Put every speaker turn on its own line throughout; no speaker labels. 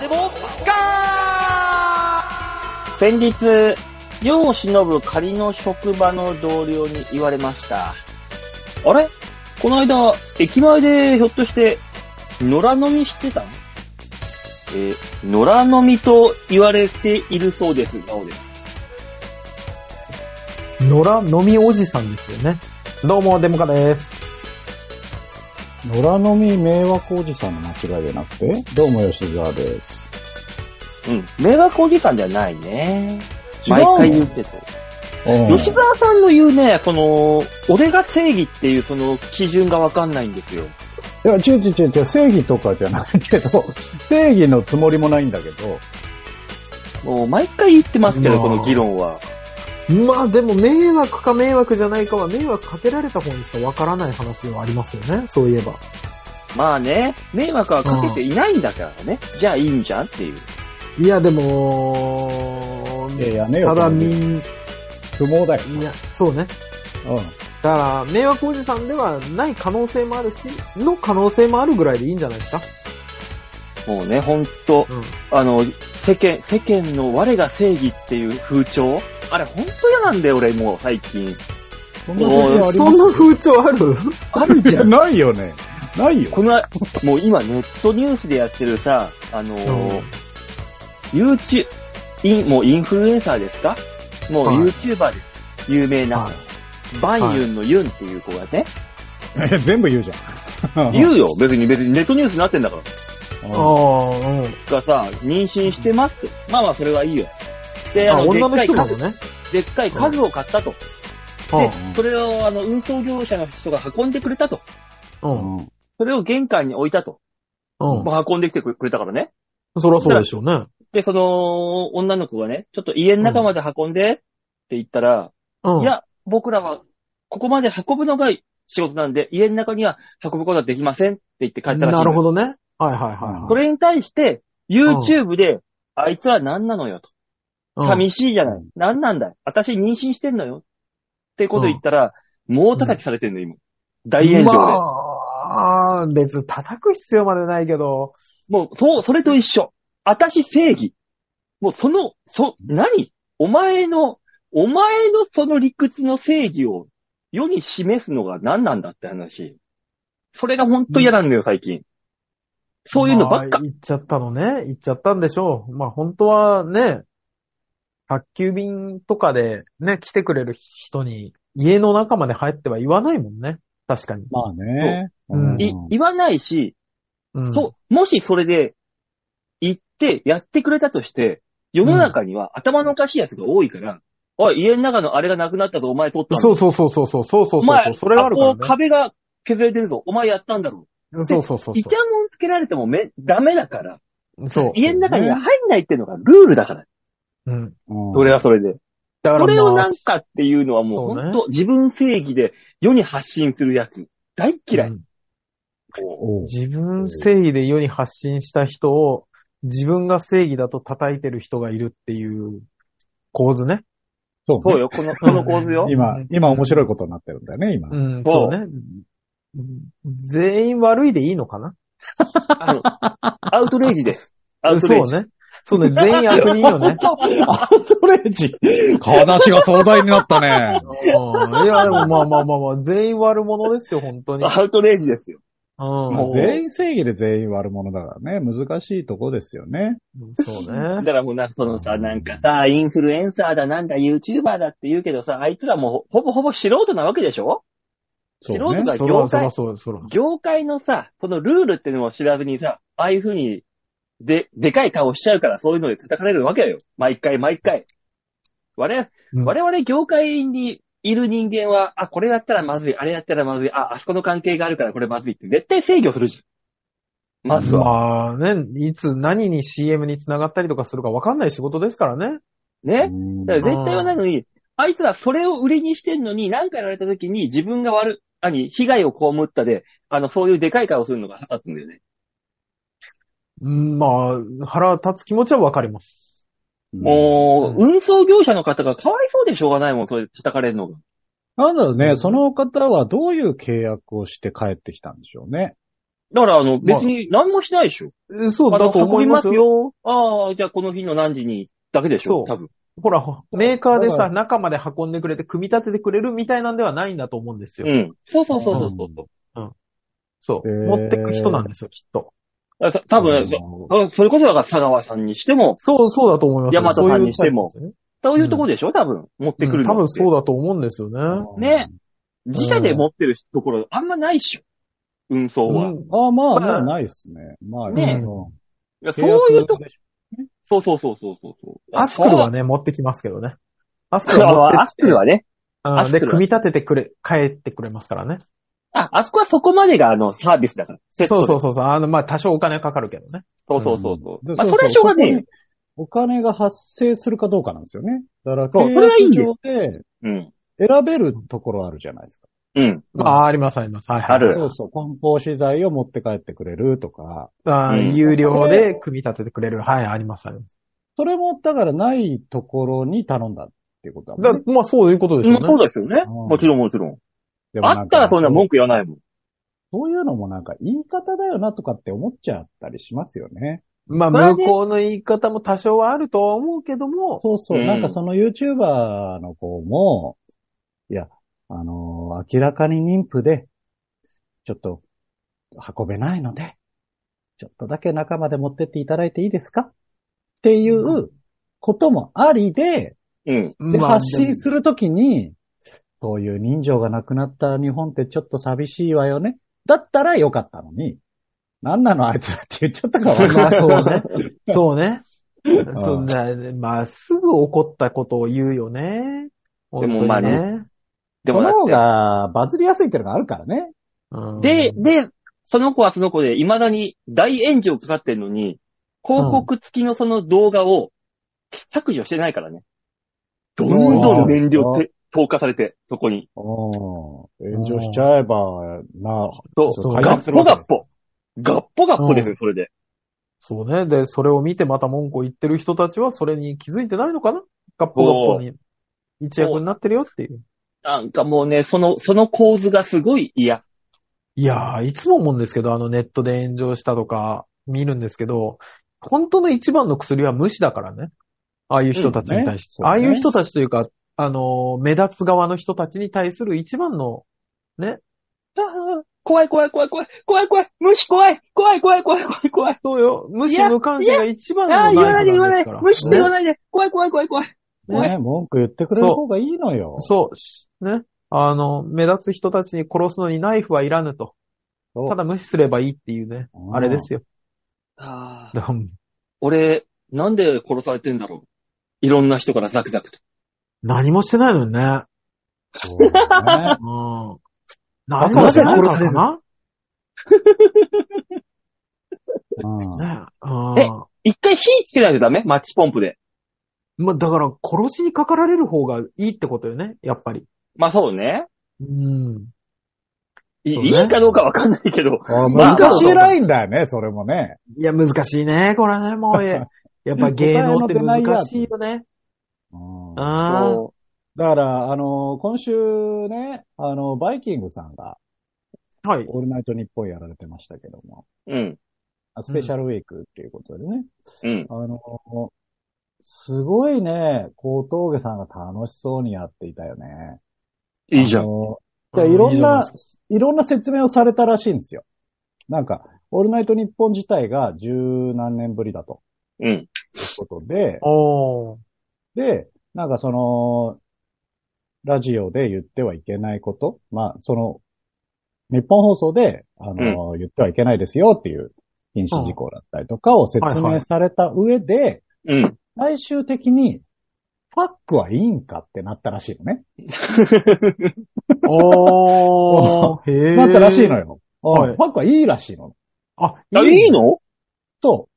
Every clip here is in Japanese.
でも、ガー
先日、世を忍ぶ仮の職場の同僚に言われました。あれこの間、駅前でひょっとして、野良飲みしてたのえー野良飲みと言われているそうです、そうです。
野良飲みおじさんですよね。どうも、デモカです。
野良飲み迷惑おじさんの間違いじゃなくて、どうも吉沢です。
うん。迷惑おじさんじゃないね。
違う
毎
の
回言ってた。
うん
吉沢さんの言うね、この、俺が正義っていうその基準がわかんないんですよ。
いや、違う違う違う違う、正義とかじゃないけど、 正義のつもりもないんだけど、
もう毎回言ってますけど、
まあ
この議論は。
まあでも迷惑か迷惑じゃないかは迷惑かけられた方にしかわからない話ではありますよね。そういえば。
まあね、迷惑はかけていないんだからね。じゃあいいんじゃんっていう。
いやでも、
いやいやね、
ただ
み
み
ん
ん
不毛だよ。
な、そうね。
う
だから、迷惑おじさんではない可能性もあるし、の可能性もあるぐらいでいいんじゃないですか。
もうね、ほんと、
うん。
あの、世間、世間の我が正義っていう風潮あれほんと嫌なんだよ、俺もう最近。
ん。そんなことあります
そんな風潮ある
ある
い
じゃ
や、
ん。
ないよね。ないよ。
この、もう今ネットニュースでやってるさ、あのー、YouTube、イン、もうインフルエンサーですかもう
はい
YouTuber です。有名な。バンユンのユンっていう子がね、
全部言うじゃ ん。
言うよ、別に別にネットニュースになってんだから。
ああ、うん。
がさ、妊娠してますって。まあまあそれはいいよ。で、あ
あ、
の、で
女
っ
の
かい
人なの
家具、
ね。
でっかい家具を買ったと。
あ
で、それをあの、運送業者の人が運んでくれたと。
う。
うんん。うん
それを玄関に置いたと。
うん。
まあ運んできてくれたからね。
そりゃそうでしょうね。
で、その、女の子がね、ちょっと家の中まで運んでって言ったら、
うん。
いや、僕らは、ここまで運ぶのが仕事なんで、家の中には運ぶことはできませんって言って帰ったらしい。
なるほ
ど。
どね。はいはいは
これに対して、YouTube で、あいつら何なのよと。
いはい。
寂しいじゃない。何なんだい。私妊娠してんのよ。ってこと言ったら、猛叩きされてんの、今。大炎上で。
まあ、別に叩く必要までないけど、
もう、そう、それと一緒。私正義。もうその、そ、何お前の、お前のその理屈の正義を世に示すのが何なんだって話。それがほんと嫌なんだよ、最近。そういうのばっか
まあ。言っちゃったのね。言っちゃったんでしょう。まあ本当はね、宅急便とかでね、来てくれる人に家の中まで入っては言わないもんね。確かに。
まあね。
そううん
い言わないし、
うん、
そう、もしそれで、行ってやってくれたとして、世の中には頭のおかしい奴が多いから、おい、家の中のあれがなくなったぞ、お前取ったんだ
そうそうそうそうそうそうそう
お前
そ、う。それはあるか
あこう
らね。
壁が削れてるぞ、お前やったんだろ。
そうそうそう
イチャモンつけられてもめ、ダメだから。
そう。
家の中には入んないっていうのがルールだから。
うん。
うん。
それはそれで。
だからまあ
それをなんかっていうのはもう
そうね
本当、自分正義で世に発信するやつ。大っ嫌い。
うん
こ
おう
自分正義で世に発信した人を自分が正義だと叩いてる人がいるっていう構図ね。
そう
うそう
ね
よ、この、この構図よ。
今、今面白いことになってるんだよね、今。
うん、
そ
そううね。全員悪いでいいのかな
あの、アウトレイジです。アウト
そ
レイジ。
うね。そうね、全員悪人よ ね。
アウトレイジ。話が壮大になったね。
うんいや、でもまあまあまあまあ、全員悪者ですよ、本当 に。
アウトレイジですよ。
まあ
う
全員正義で全員悪者だからね、難しいとこですよね。
ん。そう
だ
ね。
からもうなんかそのさ、なんかさ、インフルエンサーだなんだ、YouTuber だって言うけどさ、あいつらもうほぼほぼ素人なわけでしょ
そう
素人
ね
だ。
そらそらそう、そら。
業界のさ、このルールってのも知らずにさ、ああいう風に、で、でかい顔しちゃうから、そういうので叩かれるわけだよ。毎回毎回。我々、
うん
我々業界にいる人間は、あ、これやったらまずい、あれやったらまずい、あ、あそこの関係があるからこれまずいって、絶対制御するじゃん。まずは。
まあね、いつ何に CM に繋がったりとかするか分かんない仕事ですからね。
ね
うん
だから絶対はないのに、あいつらそれを売りにしてんのに、何かやられた時に自分が悪、あに、被害を被ったで、あの、そういうでかい顔するのが腹立つんだよね。
うんまあ、腹立つ気持ちは分かります。
もう、
う
運送業者の方がかわいそうでしょうがないもん、それ叩かれるのが。
なんだろうね、その方はどういう契約をして帰ってきたんでしょうね。
だから、あの、別に何もしないでしょ。
えそう
あの
だと思います
運び
よ。
ああ、じゃあこの日の何時にだけでしょ
そ
多
う
分。
ほら、メーカーで
だか
さ、
ら
中まで運んでくれて、組み立ててくれるみたいなんではないんだと思うんですよ。
うん。そうそうそうそうそう。だ
そう。
へー
持ってく人なんですよ、きっと。
からさ多分、
そ
そそれこそだから佐川さんにしても、
そう、そうだと思います。
ヤマトさんにしても
そういう
そういうとこでしょ多分、持って
タイ
く
プですよね。
る。
うん多分そううだと思うんですよね。
う
ね。自社で持ってるところあんまないっしょ。運送は。
うん
ああ、まあ、
まあ
まあ、ないっすね。まあ、
ね
うん
いやそういうと
契約でし
そうそうそうそうそうそう。
アスクルはね、持ってきますけどね。アス
あ、
クルは
あアスクル
は。
はね。
うん
アスク
で、
ルは
組み立ててくれ、帰ってくれますからね。
あ、あそこはそこまでがあの、サービスだから。セット
そう
で
そうそうそう。あの、まあ、多少お金かかるけどね。
そうそうそうそう。
で
まあ、それはしょうがねえよ。
お金が発生するかどうかなんですよね。だから、
そう
契
それはいいん
約
だ
上
よ
で
うん。
選べるところあるじゃないですか。
うん。
まあ、ありますあります。はいはい。
ある
そうそう、梱包資材を持って帰ってくれるとか。
あー
うん
有料で組み立ててくれる。はい、ありますあります。
それも、だからないところに頼んだっていうことだも
だ
んね。
まあ、そういうことです
ま
よ
あそう
ね。
ですよね。
うん
もちろんもちろん。
でも
あ
な
った
か
らそんな文句言わないもん。
そういうのもなんか言い方だよなとかって思っちゃったりしますよね。
まあ、
それは
向
ね
こうの言い方も多少はあるとは思うけども、
そうそう。
うん
なんかその YouTuber の子も、いや、あのー明らかに妊婦で、ちょっと、運べないので、ちょっとだけ中まで持ってっていただいていいですかっていううこともありで、
うん。
で
まあ
発信するときに、そういう人情がなくなった日本ってちょっと寂しいわよね。だったらよかったのに、なんなのあいつらって言っちゃったか
で
ら
もまあ、 そうね。そうね。そんな、まあ、すぐ怒ったことを言うよね。
で
本
も
当
まあ
に
ね
ね。
で
そ
も
の方
だっ
がバズりやすいっていうのがあるからね。
うん
て、で、、で、その子はその子で未だに大炎上かかってるのに、広告付きのその動画を削除してないからね。どんどん燃料って投下されて、そこに。
うん炎上しちゃえば、な、
そう
そう
解
ガ
約
ッ
する
ポ
わけ
ガ
で
ッ
すよ
ポ。ガッポガッポですよ、それで。
そうね。で、それを見てまた文句を言ってる人たちは、それに気づいてないのかなガッポガッポに一躍になってるよっていう。
なんかもうね、その、その構図がすごい嫌。
いやー、いつも思うんですけど、あのネットで炎上したとか見るんですけど、本当の一番の薬は無視だからね。ああいう人たちに対して。
うんね
ああい
そう
う
ね
人たちというか、あのー、目立つ側の人たちに対する一番の、
あー怖い怖い怖い怖い怖い怖い虫怖い怖い怖い怖い怖い怖い
そうよ、無視
いや
無関心が一番の
ああー、言わな
ナ
い
イ
で
フ
言わ
ん
な
です
い
から
無視って言わ
ね
ないで怖い怖い怖い怖い怖い
ね、文句言ってくれる方がいいのよ。
そう、しね。あの、目立つ人たちに殺すのにナイフはいらぬと。
そう
ただ無視すればいいっていうね。あれですよ。
あー
だから
俺、なんで殺されてんだろういろんな人からザクザクと。
何もしてないのにね。
そうだね。
うん。な
なぜ
なん
殺
か
され
か
る
な
うん
え
ねう
一回火つけないとダメマッチポンプで。
ん。まあ、だから、殺しにかかられる方がいいってことよね、やっぱり。
まあそうね。
うん。
い
そう
い
ね
いかどうかわかんないけど。
あ
まあ
難しいラインだよね、それもね。
いや、難しいね、これね、もう。 えやっぱ芸能って難しいよね。
うん
ああ。
そ
だから、あの、今週ね、あの、バイキングさんが、
はい。
オールナイトニッポンやられてましたけども、
ううん。
あスペシャルウィークっていうことでね、
うん。
あの、すごいね、小峠さんが楽しそうにやっていたよね。
いいじゃ
あ
ん。
のいやいろん
う
な、いろんな説明をされたらしいんですよ。なんか、オールナイトニッポン自体が十何年ぶりだと
うん。
いうことで、
おー。
で、なんかその、ラジオで言ってはいけないこと、まあ、その、日本放送で、あの、言ってはいけないですよっていう禁止事項だったりとかを説
はいは
明
い
された上で、
うん。
最終的に、ファックはいいんかってなったらしいのね。
お ー。へえ。
なったらしいの。よ。うん
はい
ファックはいいらしいの。
あ、
あ、いいの
と、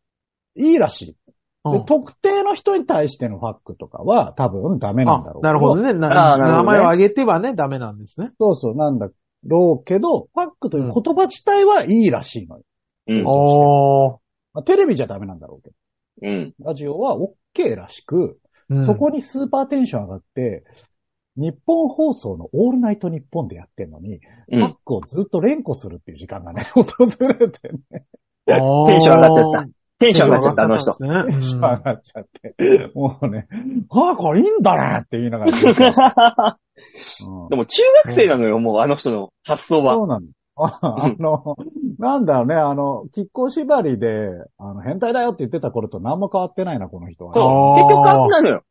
いいらしい。
う
で
ん
特定の人に対してのファックとかは多分ダメなんだ
あ
ろうけ
なるほどね。
あ
な
ーなるほ
名
どね
前を挙げてはね、ダメなんですね。
そうそう、なんだろうけど、ファックという言葉自体はいいらしいのよ。
うん。
おー。
まあ、テレビじゃダメなんだろうけ
うん。
ど、ラジオは OK らしく、
うん
そこにスーパーテンション上がって、日本放送のオールナイト日本でやってんのに、
う
パッ
ん。
クをずっと連呼するっていう時間がね、 訪れてね、
テンション上がっちゃった。テンション上がっちゃった、あの人。
テンション上がっちゃったんですね。
上がっちゃって、もうね、ああ、これいいんだねって言いな がら、うん
でも中学生なのよ、もうあの人の発想は
そ。うなんだ。ああの、なんだろうね、あの、亀甲縛りで、あの、変態だよって言ってた頃と何も変わってないな、この人は。
そう。
あー
結局あんなのよ。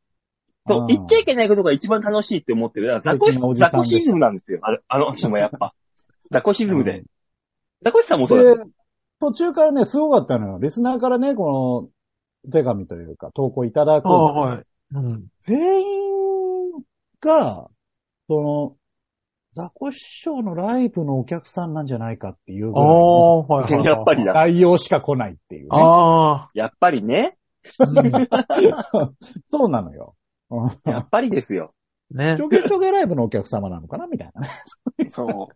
そうう。
ん
言っちゃいけないことが一番楽しいって思ってる。だからザコシ
素敵なおじさ
ザ
ん
コ
でした
シズムなんですよ。あのあの人もやっぱ。ザコシズム
う
で
ん。
ザコシさんもそうだよ。
で、途中からね、すごかったのよ。リスナーからね、この、手紙というか、投稿いただく
あ。あ、はい。うん。
全員が、その、ザコシショウのライブのお客さんなんじゃないかっていうぐ
あ
らいの
あ、はいはいはい。
やっぱりだ。
概要しか来ないっていう、ね。
ああ。
やっぱりね。
うん
そうなのよ。うん
やっぱりですよ。
ね
ち。ょげちょげライブのお客様なのかなみたいなね。
そ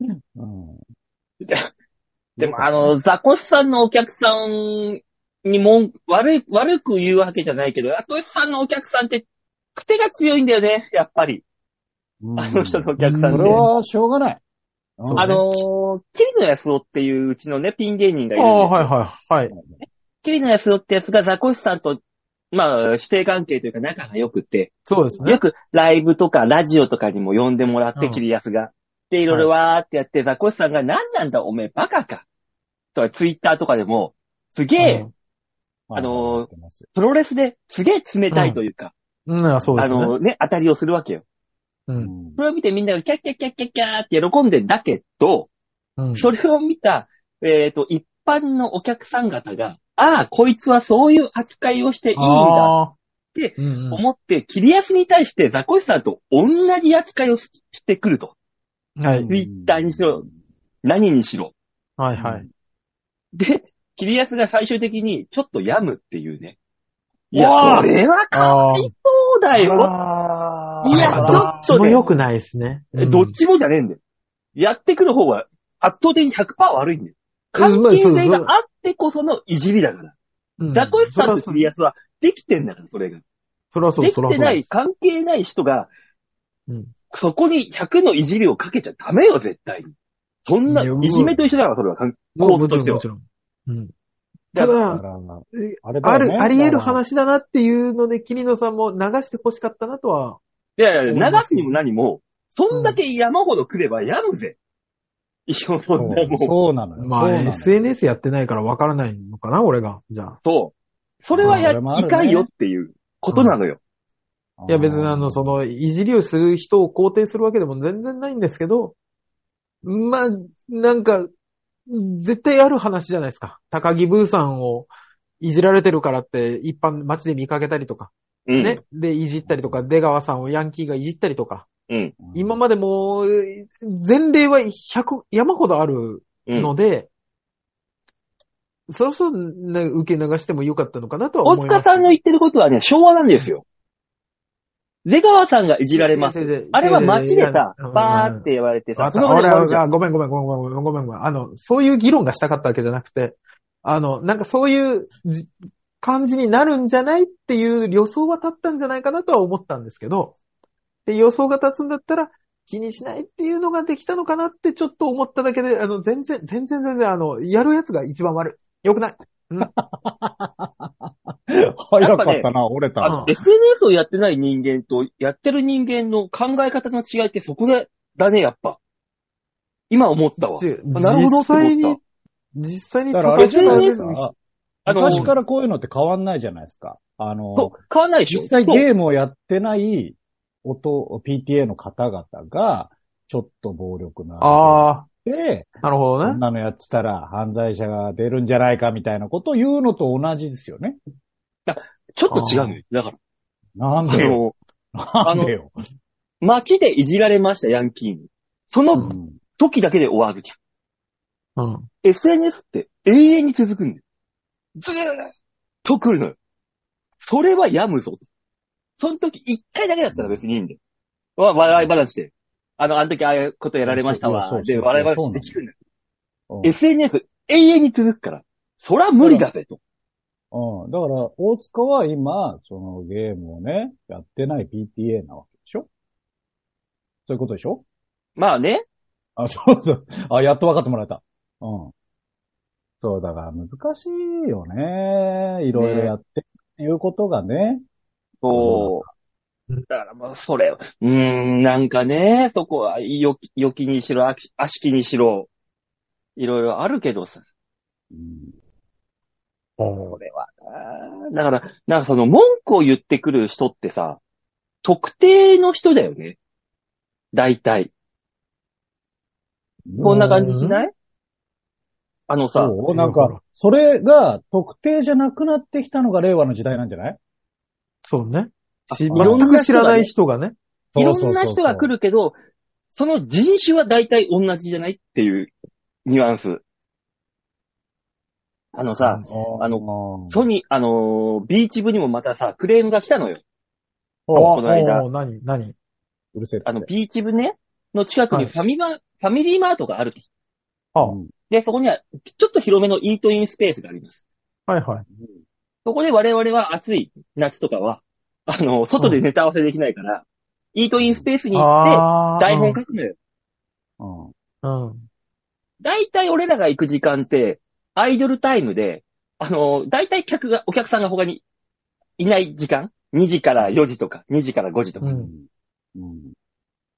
う。
うん
でも、あの、ザコシさんのお客さんにもん、悪い、悪く言うわけじゃないけど、ザコシさんのお客さんって、癖が強いんだよね、やっぱり。
うん
あの人のお客さん
そ
で
れ。はしょうがない。
そうね
あのー、キリノヤスオっていううちのね、ピン芸人が い
あ
るん
あ、
です
はいはいはい。
キリノヤスオってやつがザコシさんと、まあ、指定関係というか仲が良くて、
そうです
よ
ね。
くライブとかラジオとかにも呼んでもらって、
うん
キリヤスが。で、いろいろわーってやって、ザコシさんが何なんだおめえバカか。とか、ツイッターとかでも、すげえ、あのー
ー、
プロレスですげえ冷たいというか、
うん、うんそうで
あ
すね。
のね、当たりをするわけよ。
う。
うんん
それを見てみんながキャッキャッキャッキャッキャーって喜んでんだけど、
うん。
それを見た、えっ、と、一般のお客さん方が、ああ、こいつはそういう扱いをしていいんだ
ああ
て
うんうん
と思って、切り安に対してザコシさんと同じ扱いをししてくると。
はい。
ツイッターにしろ何にしろ。
はいはい。
で、切り安が最終的にちょっと病むっていうね。い
お
や、
ー
これはかわいそうだよ。
あ
いやちょっ
どっちも良くないですね。
えどっ
ち
ちもじゃねえんだよ。やってくる方は圧倒的に100%悪いんだよ。
うん
関
まあ
係
そうそう
性があってこそのいじりだから。ザコシさんと
そ
クリアスはできてんだから、それが。
りゃそう
で
ですそ
き
り
て
ゃそうです
ない、関係ない人が
うん、
そこに100のいじりをかけちゃダメよ、絶対に。そんな、
いやもう
いじめと一緒だから、それは。かん
もう
構図
も
とし
ちろん
ては
もちろん。うん。
だ
た
か
だ
だ
か、らまあ
え
あれだ
あ
よね
る、あり得る。話だなっていうので、キリノさんも流して欲しかったなとは。
いやいや、流すにも何も、そんだけ山ほど来れば病むぜ。いや、も
そう
うね、もう、
そうなのよ。
ま
そう
あ、
なのよ
SNS やってないからわからないのかな、俺が。じゃあ。
そう。それはや、
それもある
い
ね
かんよっていうことなのよ。
いや別にあの、そ、の、いじりをする人を肯定するわけでも全然ないんですけど、まあ、なんか、絶対ある話じゃないですか。高木ブーさんをいじられてるからって一般街で見かけたりとか、
うん。
ね。で、いじったりとか、出川さんをヤンキーがいじったりとか、
うん。
今までもう、前例は100、山ほどある
うん。
ので、そろそろ、ね、受け流してもよかったのかなとは
大
思いま
塚
す。
さんの言ってることはね、昭和なんですよ。出川さんがいじられます。
す
あれは街でさ、バーってて言われて
わか
さ、
っ
そ
た
の場で
俺
終わるじゃ
は、
ん。
ごめんごめんごめんごめんごめんごめん。あの、そういう議論がしたかったわけじゃなくて、あの、なんかそういうじ感じになるんじゃないっていう予想は立ったんじゃないかなとは思ったんですけど、で、予想が立つんだったら、気にしないっていうのができたのかなってちょっと思っただけで、あの、全然、全然全然、あの、やるやつが一番悪い。よくない。
早かったな、折れた
あ
な
の SNS をやってない人間と、やってる人間の考え方の違いってそこで、だね、やっぱ。今思ったわ。なるほどって
実
思った
際に、実際に
だからあれじゃないです
SNS
か。
あの
昔からこういうのって変わんないじゃないですか。あの
そ、う、買わないでしょ。
実際
そう
ゲームをやってない音、PTA の方々が、ちょっと暴力な。
あ
で、
あ、なるほど
こ
ね
ん。なのやってたら犯罪者が出るんじゃないかみたいなことを言うのと同じですよね。
ちょっと違うのよ。だから、
なん
あ
でよ。
の、
なんでよ。
街でいじられました、ヤンキーに。そうの
ん
時だけで終わるじゃん。
うん。
SNS って永遠に続くんだよ。ずーっと来るのよ。それは病むぞ。その時一回だけだったら別にいいんだよ。わ笑い話で。あの、あの時ああいうことやられました
そう
わ。
そうそう
で、笑い話できるんだよ。
うん
SNS 永遠に続くから。そら無理だぜと。
うん。だから、大塚は今、そのゲームをね、やってない PTA なわけでしょそういうことでしょ
まあね。
あ、そうそう。あ、やっと分かってもらえた。うん。そう、だから難しいよね。いろいろやって、いうことがね。
そう。
うん
だからまあ、それ、うーん、なんかね、そこは、よき、よきにしろ、あき、あしきにしろ、いろいろあるけどさ。
うん
それはな。だから、なんかその文句を言ってくる人ってさ、特定の人だよね。大体。こんな感じしないあのさ、
そう、なんか、それが特定じゃなくなってきたのが令和の時代なんじゃない
そうね。し
あ
全く知らない人がね。
いろんな人が来
る。
るけど、その人種は大体同じじゃないっていうニュアンス。あのさ、あ
の
ソニー、あのービーチ部にもまたさ、クレームが来たのよ。
お
この間
お何何
うるせえっつって。
あの、ビーチ部ね、の近くに
はい
ファミマ、ファミリーマートがあると。
あ
うん
で、そこには、ちょっと広めのイートインスペースがあります。
はいはい。
そこで我々は暑い夏とかは、あの、外でネタ合わせできないから、イートインスペースに行って、
あー
台本書くのよ。
うん
うん。
大体俺らが行く時間って、アイドルタイムで、あの、大体客が、お客さんが他にいない時間 ?2 時から4時とか、2時から5時とか。
う
うんん。うん。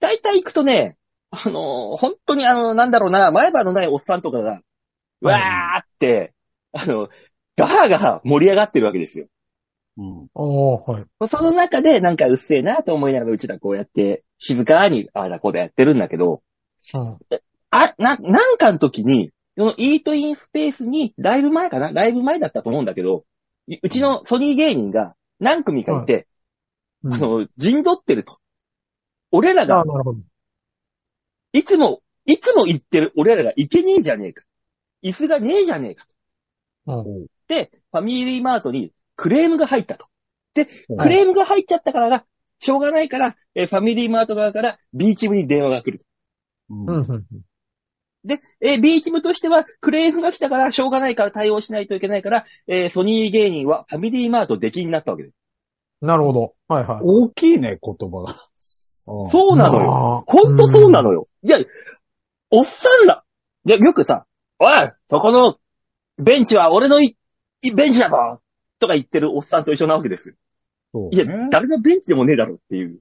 大体行くとね、あの、本当にあの、なんだろうな、前歯のないおっさんとかが、わーって、あの、ガハガハ盛り上がってるわけですよ。
うん。
おー、はい。
その中でなんかうっせえなと思いながらうちらこうやって静かにああだこうだやってるんだけど、
うん。
あ、な、なんかの時に、そのイートインスペースにライブ前かなライブ前だったと思うんだけど、いうちのソニー芸人が何組かいて、
うん
あの、陣取ってると。俺ら
あ
が
ー、なるほど。
いつも、いつも言ってる俺らがいけねえじゃねえか。椅子がねえじゃねえか。
うん
で、ファミリーマートにクレームが入ったと。
うん
クレームが入っちゃったからが、しょうがないから、えーファミリーマート側から B チームに電話が来ると。
う
うんん。
うん
で、えー B チームとしては、クレームが来たから、しょうがないから対応しないといけないから、えーソニー芸人はファミリーマート出禁になったわけです。
うん。なるほど。はいはい。
大きいね、言葉が。そ
そうなのよ。
よ。
ほんとそうなのよ。いや、おっさんら。いや、よくさ、おい、そこのベンチは俺のいいベンチだぞとか言ってるおっさんと一緒なわけですよ。
うん。
いや
そうね、
誰のベンチでもねえだろっていう。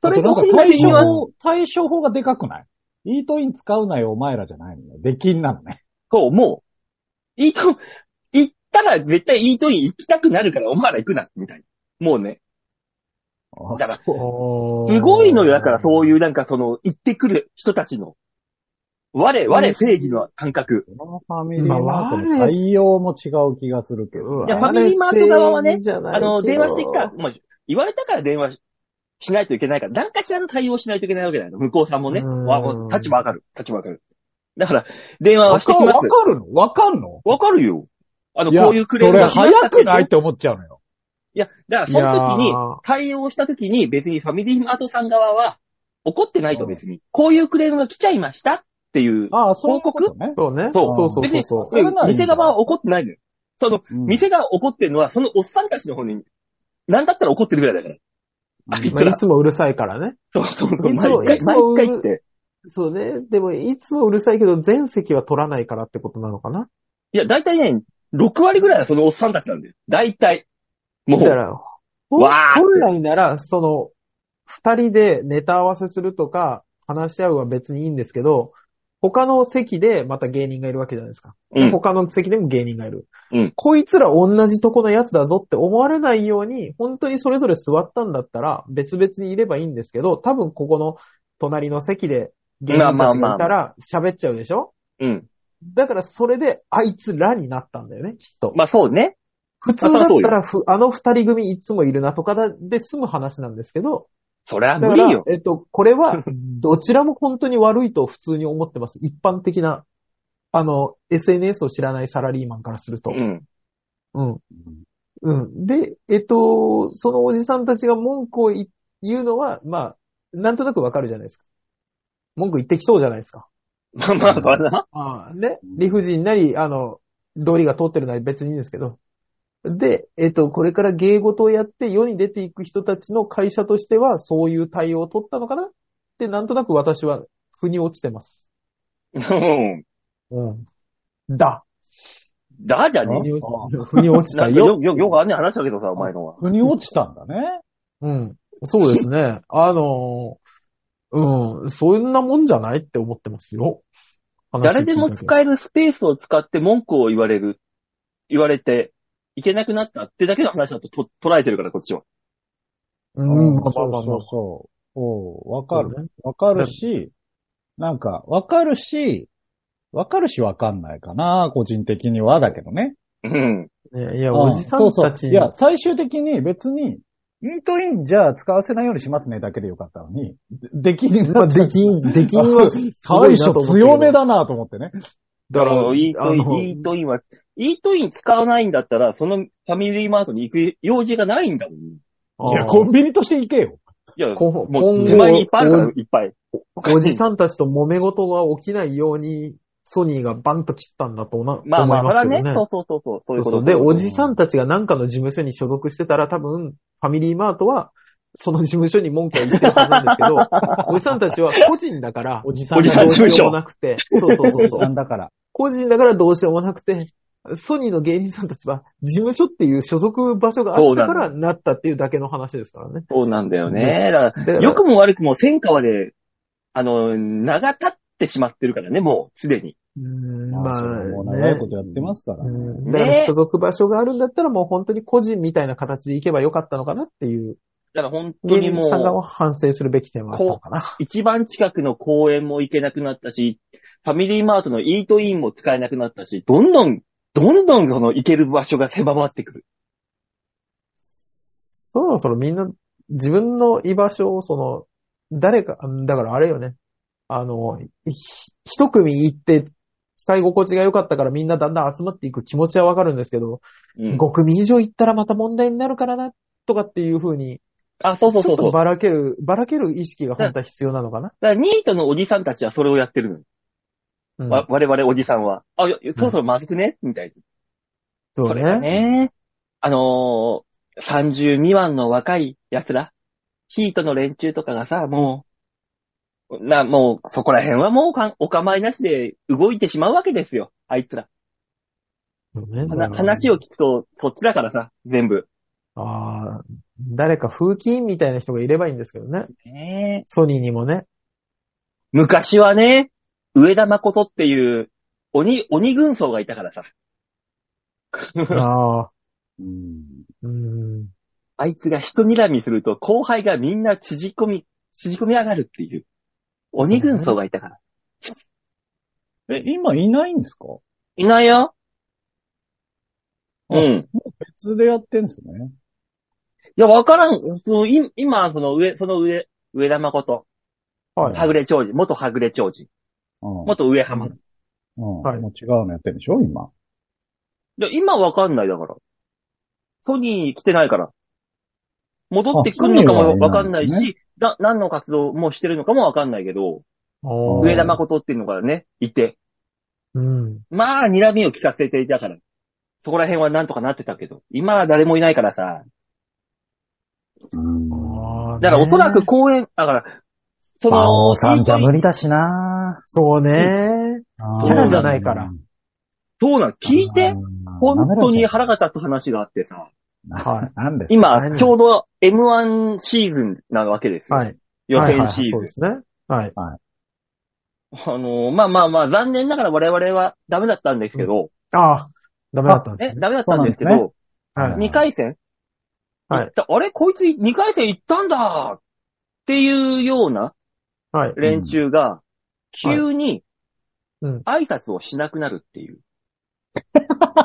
そ
あ
れ
と
と
なんか
同じ
対
ニュ
処
アンス
法、対処法がでかくないイートイン使うなよ、お前らじゃないのよ。出禁なのね。
そう、もう、イート、行ったら絶対イートイン行きたくなるから、お前ら行くな、みたいな。もうね、だから
そう
すごいのよ、だからそういううなんかその、行ってくる人たちの、我、我正義の感覚。
このファミリーマートの対応も違う気がするけど。
いやファミリーマート側はねあの、電話してきたら、
か
まあ、言われたから電話しないといけないから、何かしらの対応しないといけないわけだよ。向こうさんもね。
うん
わもう立場わかる。立場わかる。だから、電話
わ
はして
か
きます
わ。かるのわかるの
わかるよ。あの、こういうクレー
そ
ム
れ
が来ましたけ
早
ど
くないって思っちゃうのよ。
いや、だからその時
い
に
やー、
対応した時に別にファミリーマートさん側は怒ってないと別に、こういうクレームが来ちゃいましたっていう、
ああ、そういうことね。
そうね。
そう
そうそう
別
そう
に
そう。
れならいいんだ
店側は怒ってないのよ。その、
うん
店が怒ってるのはそのおっさんたちの方に、なんだったら怒ってるぐらいだから。あい
ま
つ
あ
ら
いつもうるさいからね。
そうそうそう、
いつ
毎
も
回、
いつも
毎回って。
そうね。でも、いつもうるさいけど、全席は取らないからってことなのかな。
いや、だいたいね、6割ぐらいはそのおっさんたちなんだよ。だいたい。も
だ
う
か、ら、ほん
わーって
本来なら、その、二人でネタ合わせするとか、話し合うは別にいいんですけど、他の席でまた芸人がいるわけじゃないですか。
うん
他の席でも芸人がいる。
うん
こいつら同じとこのやつだぞって思われないように、本当にそれぞれ座ったんだったら、別々にいればいいんですけど、多分ここの隣の席で芸人たちがいたら喋っちゃうでしょ
うん。
だからそれであいつらになったんだよね、きっと。
まあそうね。
普通だったらふ、あの二人組いつもいるなとかだで済む話なんですけど、
そりゃ
だ
無
か
理
ら
よ、。
えっと、こ れは、どちらも本当に悪いと普通に思ってます。一般的な、あの、SNS を知らないサラリーマンからすると
う。ん。
うん。うん。で、えっと、そのおじさんたちが文句を言言うのは、まあ、なんとなくわかるじゃないですか。文句言ってきそうじゃないですか。
まあまあ、そりゃな。
ああ、ね、理不尽なり、あの、道理が通ってるなり別にいいんですけど。で、えっと、これから芸事をやって世に出ていく人たちの会社としては、そういう対応を取ったのかなっってなんとなく私は腑に落ちてます。
うん。
うん。だ。
だじゃ
腑
ね
に落ち腑に落ち
な
た
んかよ
よ。
よ、よくあんねん話だけどさ、お前のは。
腑に落ちたんだね。
うん。そうですね。あのーうん。そんなもんじゃないって思ってますよ。
誰でも
え。
使えるスペースを使って文句を言われる、言われて、いけなくなったってだけの話だとと捉えてるから、こっちは。
うん。ま
そ
あ
う
まあまあまあ
そうそう。おうわかる。わかるし、なんか、わかるし、わかるしわかんないかな、個人的にはだけどね。
うん。
ねいや、
う
おじさんたち
そうそう
に
いや、最終的に別に、イントインじゃあ使わせないようにしますねだけでよかったのに、でできん
まあ、できん、できんはすごい
対
なと
処
思ったけど
強め。だなと思ってね。
だから、イー
あ
トイ
の
ン、イートインは、イートイン使わないんだったら、そのファミリーマートに行く用事がないんだもん。い
いや、
あー
コンビニとして行けよ。
や、
今後
もう手前にいっぱいあるから、いっぱい。
おじさんたちと揉め事が起きないように、ソニーがバンと切ったんだとな、
まあまあ、
思
それ
います
は
け
ね
ど、ね。
そうそうそうそう、そういうこ
そ
と
うそうで、おじさんたちが何かの事務所に所属してたら、多分、ファミリーマートは、その事務所に文句を言ってるはずなんですけど、おじさんたちは個人だから、
おじさ
ど
ん
う
おじ
だ
さん事
し
務所
ようもなくて、そうそうそうそう
おじさ。んだから。
個人だからどうしようもなくて、ソニーの芸人さんたちは、事務所っていう所属場所があったからなったっていうだけの話ですからね。
そうなんだよね。だか
だからら
良くも悪くも戦火はで、あの、名が立ってしまってるからね、もう、すでに。
うーん
ま
ま
あ、
あ、
もう長い
ね
ことやってますから。
うん
ね
だから所属場所があるんだったらもう本当に個人みたいな形で行けばよかったのかなっていう、
だから本当
芸
に
人
も
さん
う
が、反省するべき点はあったのかな。
一番近くの公園も行けなくなったし、ファミリーマートのイートインも使えなくなったし、どんどん、どんどんその行ける場所が狭まってくる。
そろそろみんな自分の居場所をその、誰か、うんだからあれよね。あの、ひ一組行って使い心地が良かったからみんなだんだん集まっていく気持ちはわかるんですけど、
うん。
5組以上行ったらまた問題になるからな、とかっていう風に、
あ、そうそう
ち
そ
ょ
う
っ
そ
と
う。だか
ばらける、ばらける意識が本当は必要なのかな。
らニートのおじさんたちはそれをやってるの。
うん
わ我々おじさんは。あ、いやそろそろまずくねみたいな。
そ
これが。ね、あのー、30未満の若い奴ら、ヒートの連中とかがさ、もう、な、もう、そこら辺はもうかんお構いなしで動いてしまうわけですよ、あいつら。
そうね
はな話を聞くと、そっちだからさ、全部。
ああ、誰か風紀委員みたいな人がいればいいんですけどね。
ね
ソニーに もね。
昔はね、上田誠っていう、鬼、鬼軍曹がいたからさ。
ああ、
うん
うん。
あいつが人睨みすると、後輩がみんな縮こみ、縮こみ上がるっていう、鬼軍曹がいたから。
え、今いないんですか
いないよ。うん。
別でやってんですね。
いや、わからん。そのい今、その上、その上、上田誠、
はい。
はぐれ長寿、元はぐれ長寿、
うん。
元上浜。
うん
はい
もう違うのやってるでしょ今。
で今わかんないだから。ソニーに来てないから。戻ってくるのか
あソ
も
ニーはいないんだ
わかんないし、
ね
な何の活動もしてるのかもわかんないけど、
おー
上田誠っていうのがね、いて。
うん。
まあ、睨みを聞かせていたから。そこら辺はなんとかなってたけど。今は誰もいないからさ。
あー
だからおそらく、公園、だから、その、
理だしな
そうね。
ぁ
キャラじゃ
ないから
そうなの、聞いて、本当に腹
が。
が立つ話があってさ。
は
なんです
今、
何
ちょうど M1 シーズンなわけです
い。
よ。
はい。
予
はいは
選
い
シーズ
そ
ン
うで。すね。はい。
あのーまあまあまあ、残念ながら我々はダメだったんですけど、
ああ、ダメだったんです
え、
ね。
ダメだったんですけ
そうなん
ど、
ね
はい。
二2回戦
はい
行ったあれこいつ2回戦行ったんだっていうような
はい。
連中が、
うん
急に
うん
挨拶をしなくなるっていう。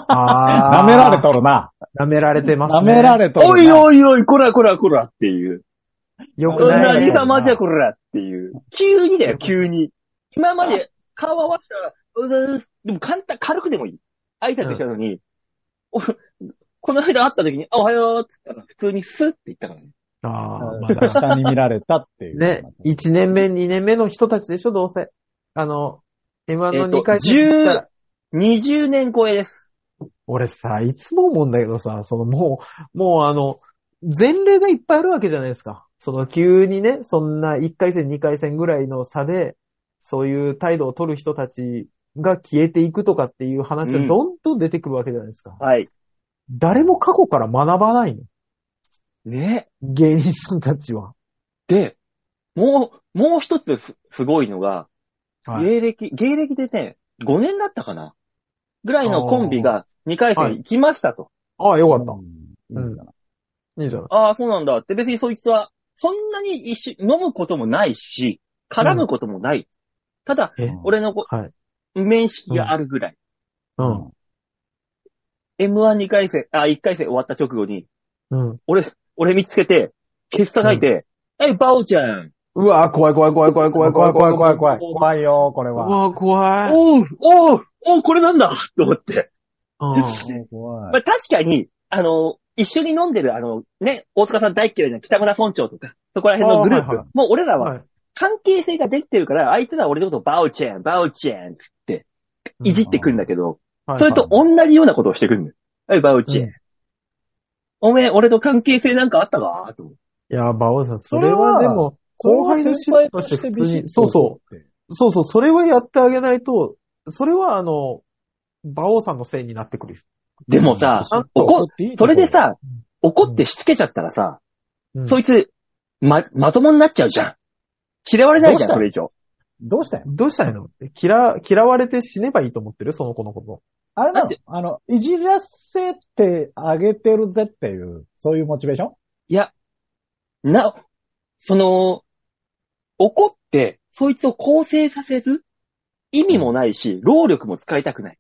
ああ。
舐められ。とるな。
舐められてますね。
舐められとるな。
おいおいおい、こらこらこらっていう。
よ
こ
く
ん
な
ない
ね。
兄様じゃこらっていう。急にだよ、急に。今まで顔合わせたら、うざうざでも簡単、軽くでもいい。挨拶したのに、おこの間会った時に、あおはようって言ったら、普通にスッって言ったからね。
ああ、まだ
下に見られたっ ていう。
ね、1年目、2年目の人たちでしょ、どうせ。あの、M1
え
の
っと
2回戦行っ
10
たら、
20年超えです。
俺さ、いつも思うんだけどさ、そのもう、もうあの、前例がいっぱいあるわけじゃないですか。その急にね、そんな1回戦2回戦ぐらいの差で、そういう態度を取る人たちが消えていくとかっていう話が
うん
どんどん出てくるわけじゃないですか。
はい。
誰も過去から学ばないの。
ね。
芸人さんたちは。
で、もう、もう一つすすごいのが、
え
芸歴、芸歴でね、5年だったかなぐらいのコンビが2回
は
戦
い
行きましたと。
ああ、よかった。
うんいいんじゃない
いいじゃない。
ああ、そうなんだって別にそいつは、そんなに一緒、飲むこともないし、絡むこともない。ただ、
え
うん
俺のこ、
はい。
面識があるぐらい。
うん。
M12 回戦、あ、1回戦終わった直後に、
うん。
俺、俺見つけて、消し叩いて、え、バオちゃん、
うわ怖い怖い怖い怖い怖い怖い怖い怖い怖い。
怖い。怖いよ、これ
う
は。
わ怖い。
おう、おう、おう、これなんだと思って。
うん。
怖
まあ、確かに、あの、一緒に飲んでる、あの、ね、大塚さん大っ嫌いな北村村長とか、そこら辺のグループ、
あーはいは
もう俺らは
はい。
関係性ができてるから、相手らは俺のことをバオちゃん、バオちゃんっていじってくんだけど、
はい
それと同じようなことをしてくるんだよ。はい、バオちゃん。
うん
おめえ、俺と関係性なんかあったかと思って
いや、馬王さん、そ
そ
れ
れ
は
は。
でも、後輩の指導として普通に、そうそうう、そうそう、それはやってあげないと、それはあの、馬王さんのせいになってくる。
でもさ
ちゃんと
怒っ
っていい
そ
とこ
れで、さ
う、
怒ってしつけちゃったらさ、
うん
そいつ、ま、まともになっちゃうじゃん。嫌われないじゃん、
ど
そうれ以
し
上。
どうしたよ
どうしたいの嫌、嫌われて死ねばいいと思ってるその子のこと。
あれ
だ
なの
って
あの、いじらせてあげてるぜっていう、そういうモチベーション
いや、な、その、怒って、そいつを構成させる意味もないし、労力も使いたくない。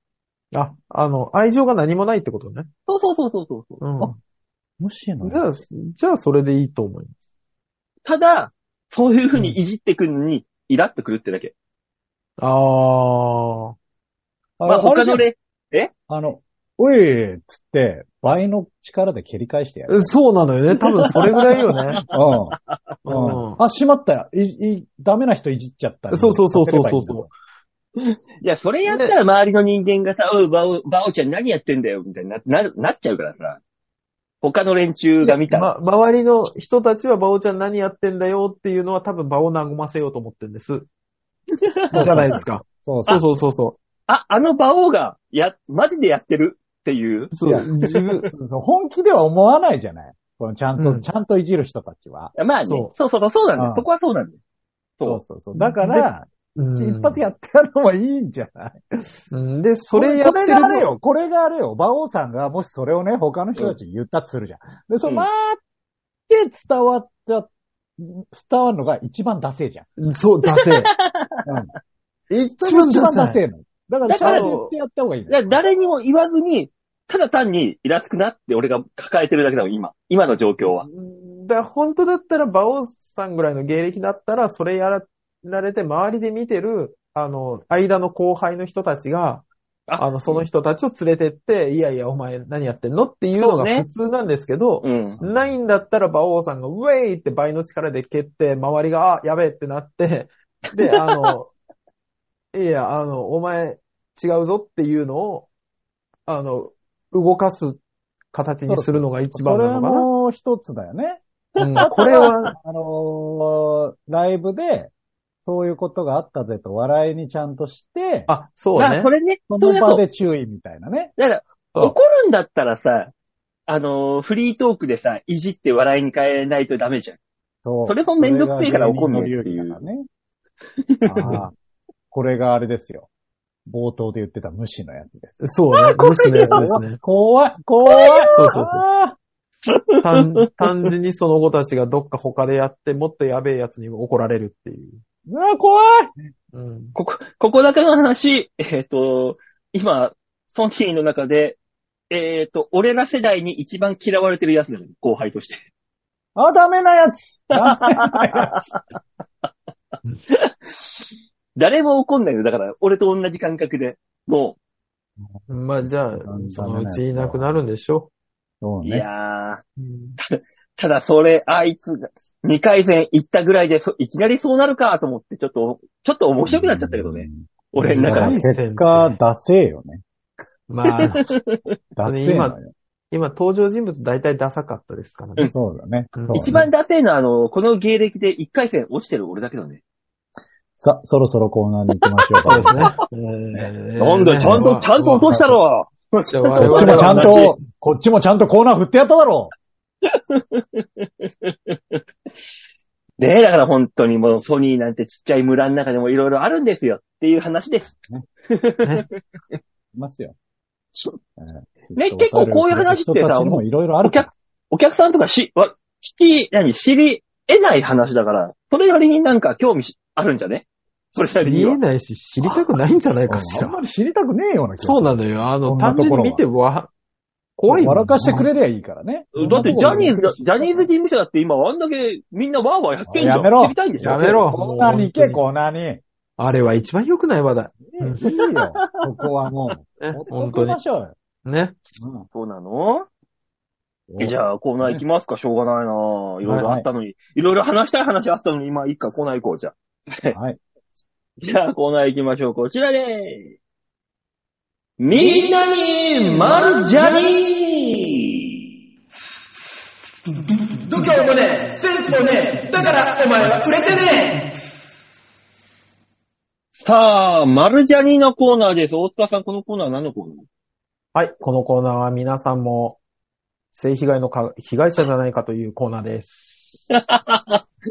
あ、あの、愛情が何もないってことね。
そうそうそうそうそうそう。
うん。
あ無視なの
じゃあ、じゃあそれでいいと思います。
ただ、そういう風にいじってくるのに、イラっとくるってだけ。
あー。
あ
まあ、他の
あれじ
例、
ゃんあの、おいっつって、倍の力で蹴り返してやる。
そうなのよね。多分それぐらいよね。
うん。
うん。
あ、しまったよ。い、い、ダメな人いじっちゃった。
そうそうそうそうそうそう
いや、それやったら周りの人間がさ、おう、バオ、バオちゃん何やってんだよ、みたいにな、な、なっちゃうからさ。他の連中が見たら。
ま、周りの人たちは、バオちゃん何やってんだよっていうのは多分バオ和ませようと思ってるんです。 じゃないですか。
そうそ
そうう。そうそうそ
あ、あの馬王が、や、マジでやってるっていう。
う。
い
そう
や
自分
そうそう本気では思わないじゃないこのちゃんと、
うん
ちゃんといじる人たちは。
まあね、そ
そう
そうそう、そうなんだよ
あ。あ
そこはそうなんだよ。
そう
そ
そうそう。だから、一発やってやるのもいいんじゃない
うんで、それやっ
こ
てる
れこれがあれ
の。
よ、これがあれよ。馬王さんがもしそれをね、他の人たちに言ったとするじゃん。で、そう
ん
の、まーって伝わった、伝わるのが一番ダセえじゃん。
そう、出 せ。一番
一
ダ
番
サ
ダセ
い。
えの。だ
だ
から、ち
か
ゃ
ら
んと言ってやった方がいいの
う。だから誰にも言わずに、ただ単にイラつくなって俺が抱えてるだけだもん、今。今の状況は。
だ本当だったら、馬王さんぐらいの芸歴だったら、それやらられて、周りで見てる、あの、間の後輩の人たちが、
あ
あの、その人たちを連れてって、いやいや、お前何やってんのっていうの
そう
が
ね
普通なんですけど、
うん。
ないんだったら、馬王さんが、ウェイって倍の力で蹴って、周りが、あ、やべえってなって、 で、あの、いや、あの、お前、違うぞっていうのを、あの、動かす形にするのが一
そ
番
れ
なのか
も一つだよね。
な。うん、これは、
あのーライブで、そういうことがあったぜと笑いにちゃんとして、
あ、そう
だか
ね
らそ。れね、
そ
そう
の
や
場
そう。
で注意みたいなね。
だから、
そう
怒るんだったらさ、あのーフリートークでさ、いじって笑いに変えないとダメじゃん。
そう
それもめんどくせえから怒んのよっていう
それが芸人の流儀 だからね。ああこれがあれですよ。冒頭で言ってた無視のやつです。
そうね。無視のやつですね。
怖い怖い
そうそうそう
ああ
単単純にその子たちがどっか他でやって、もっとやべえやつに怒られるっていう。
うわ、怖い
うん。
ここ、ここだけの話、えっ、と、今、ソンヒーの中で、えっ、と、俺ら世代に一番嫌われてるやつだよ、後輩として。
あ、ダメなやつダメな やつ
誰も怒んないの。だから、俺と同じ感覚で。も
まあじゃあ、そのうちいなくなるんでしょ
そう
う、い
ね。
やー。
う。
ただ、それ、あいつが、2回戦行ったぐらいで、そいきなりそうなるかと思って、ちょっと、ちょっと面白くなっちゃったけどね。。俺の
だか
中
ら
で。
結果、出せえよね。
まあ、
出せえのよ。
今今登場人物大体ダサかったですからね。
そうだね。
うん
そうね
一番ダセーのはあの、この芸歴で一回戦落ちてる俺だけどね。
さ、そろそろコーナーに行きましょうか。
そうですね。えー
なんだよ、ちゃん
ま
と、
あ
ちゃんと落としたろ
じゃあ我
こっち
々
もちゃん
は
と、こっちもちゃんとコーナー振ってやっただろ
ねえ、だから本当にもうソニーなんてちっちゃい村の中でもいろいろあるんですよっていう話です。
いますよ。
ね結構こういう話ってさ
もいろいろあ
お
るから
客、お客さんとかし、わ、聞き、何、知り得ない話だから、それなりになんか興味しあるんじゃねそれなり
知り
には
得。ないし、知りたくないんじゃないかし
あ
ら。
んまり知りたくねえような気がする
そうなのよ。あ
こ
の、
んな
単
と
純
ころは
に見てわ、怖いもん。
笑かしてくれりゃいいからね。
だってジャニーズが、ジャニーズ事務所だって今あんだけみんなワーワーやってんじゃん。
やめろ
知りたいんでしょ
やめろ
コーナーに行け、コーナーに。ね
あれは一番良くない話題。
いいよ。ここはも う。
ね
ほっと
本
き
当に
ま。しょうよ
ね。
そうなの
うん
え、じゃあコーナー行きますか、しょうがないなぁ。いろいろあったのに、いろいろ話したい話あったのに、今いいか、コーナー行こうじゃあ。
はい。
じゃあコーナー行きましょう、こちらでーす。みんなに、まるジャニー
度胸もねえセンスもねえだからお前は売れてねえ
さあ、まるジャニーのコーナーです。大塚さん、このコーナー何のコーナー
はい。このコーナーは皆さんも、性被害のか、被害者じゃないかというコーナーです。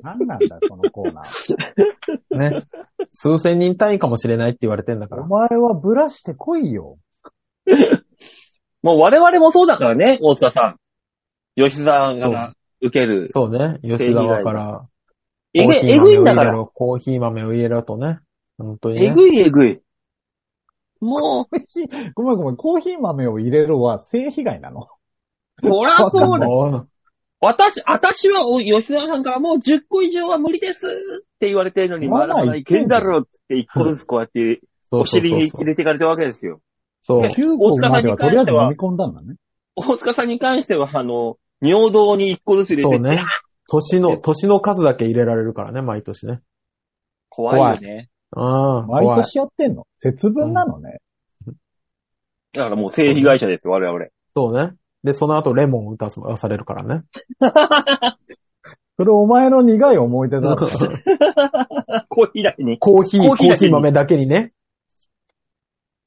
何なんだよ、このコーナー。
ね。数千人単位かもしれないって言われてんだか
お
ら。
前はブラしてこいよ。
もう我々もそうだからね、大塚さん。吉沢が受ける。
そうね。吉沢から。
えぐい、
コーヒ
え
ー豆を
ぐいんだか
入れ
ら。
ろ。コーヒー豆を入れろとね。本当に、ね。
えぐいえぐい。も
ごめんごめん、コーヒー豆を入れるは性被害なの。
う、ほらそうだ。
もう
私、私は、お吉沢さんからもう10個以上は無理ですって言われてるのに、ま
ま
だ
だ
まだいけんだろうって一個ずつこうやって、
そう
お
そう
尻
そう
に
そ
入
う。
れていかれたわけですよ。
そう。
9個まではとりあえず飲み込んだんだね。
大塚さんに関しては、あの、尿道に一個ずつ入れて
そう
って、
ね。年の、年の数だけ入れられるからね、毎年ね。
怖いよね。
うん。
毎
怖い。
年やってんの。節分なのね。
だからもう性被害者ですよ、我々。
そうね。で、その後レモン打たす打たされるから ね。
それお前の苦い思い出だろ。
コーヒーだけに。
コーヒー、
コ
コ
ーヒーだけ
ー
に
ヒー豆だけにね。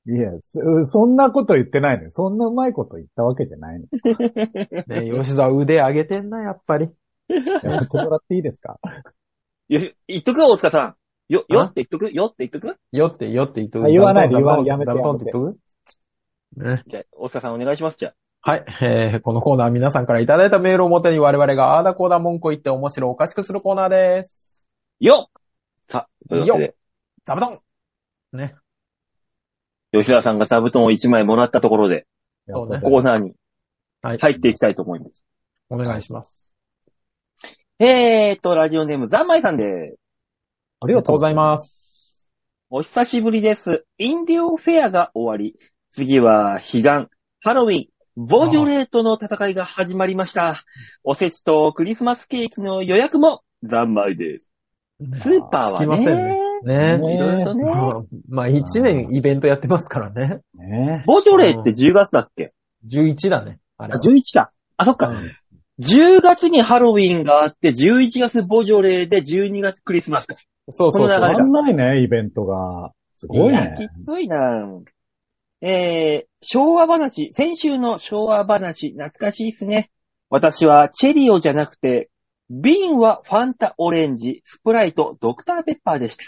いや、そそんなこと言ってないのよ。そんなうまいこと言ったわけじゃないの。
ね、吉沢腕上げてんな、やっぱり。
やってもらっていいです か
よし、言っとくよ、大塚さん。よ、よって言っとくよって言っとく
よって、よって言っと
あ言わないで
座布団
言わないやめて
座布団って言っとくね。
じゃあ、大塚さんお願いします、じゃあ。
はい。えー、このコーナーは皆さんからいただいたメールをもとに我々があーだこーだ文句を言って面白おかしくするコーナーです。
よさあ、というわけで、
座布団ね。
吉田さんが座布団を1枚もらったところで、
そうね
コーナーに
はい。
入っていきたいと思います。
お願いします。
えーと、ラジオネーム、ざんまいさんでーす。
あ
あり
り
が
が
と
と
うご
うご
ざ
ざ
い
います。
ます。
お久しぶりです。インディオフェアが終わり、次は、悲願、ハロウィン、ボージョレートの戦いが始まりました。おせちとクリスマスケーキの予約も、ざんまいです。スーパーは
つきません
ね
ね、 ね
ね
いろいろとね、
まあ、1年イベントやってますからね。
ね
ボージョレーって10月だっけ
11だね。あれ
あ、
は。
11か。あ、そっか。
うん
10月にハロウィンがあって、11月ボジョレーで12月クリスマスか。
そうそう
この
そ
流
う
れ
え。。足んないね、イベントが。すごいね。
きついなえー、昭和話、先週の昭和話、懐かしいっすね。私はチェリオじゃなくて、瓶はファンタオレンジ、スプライト、ドクターペッパーでした。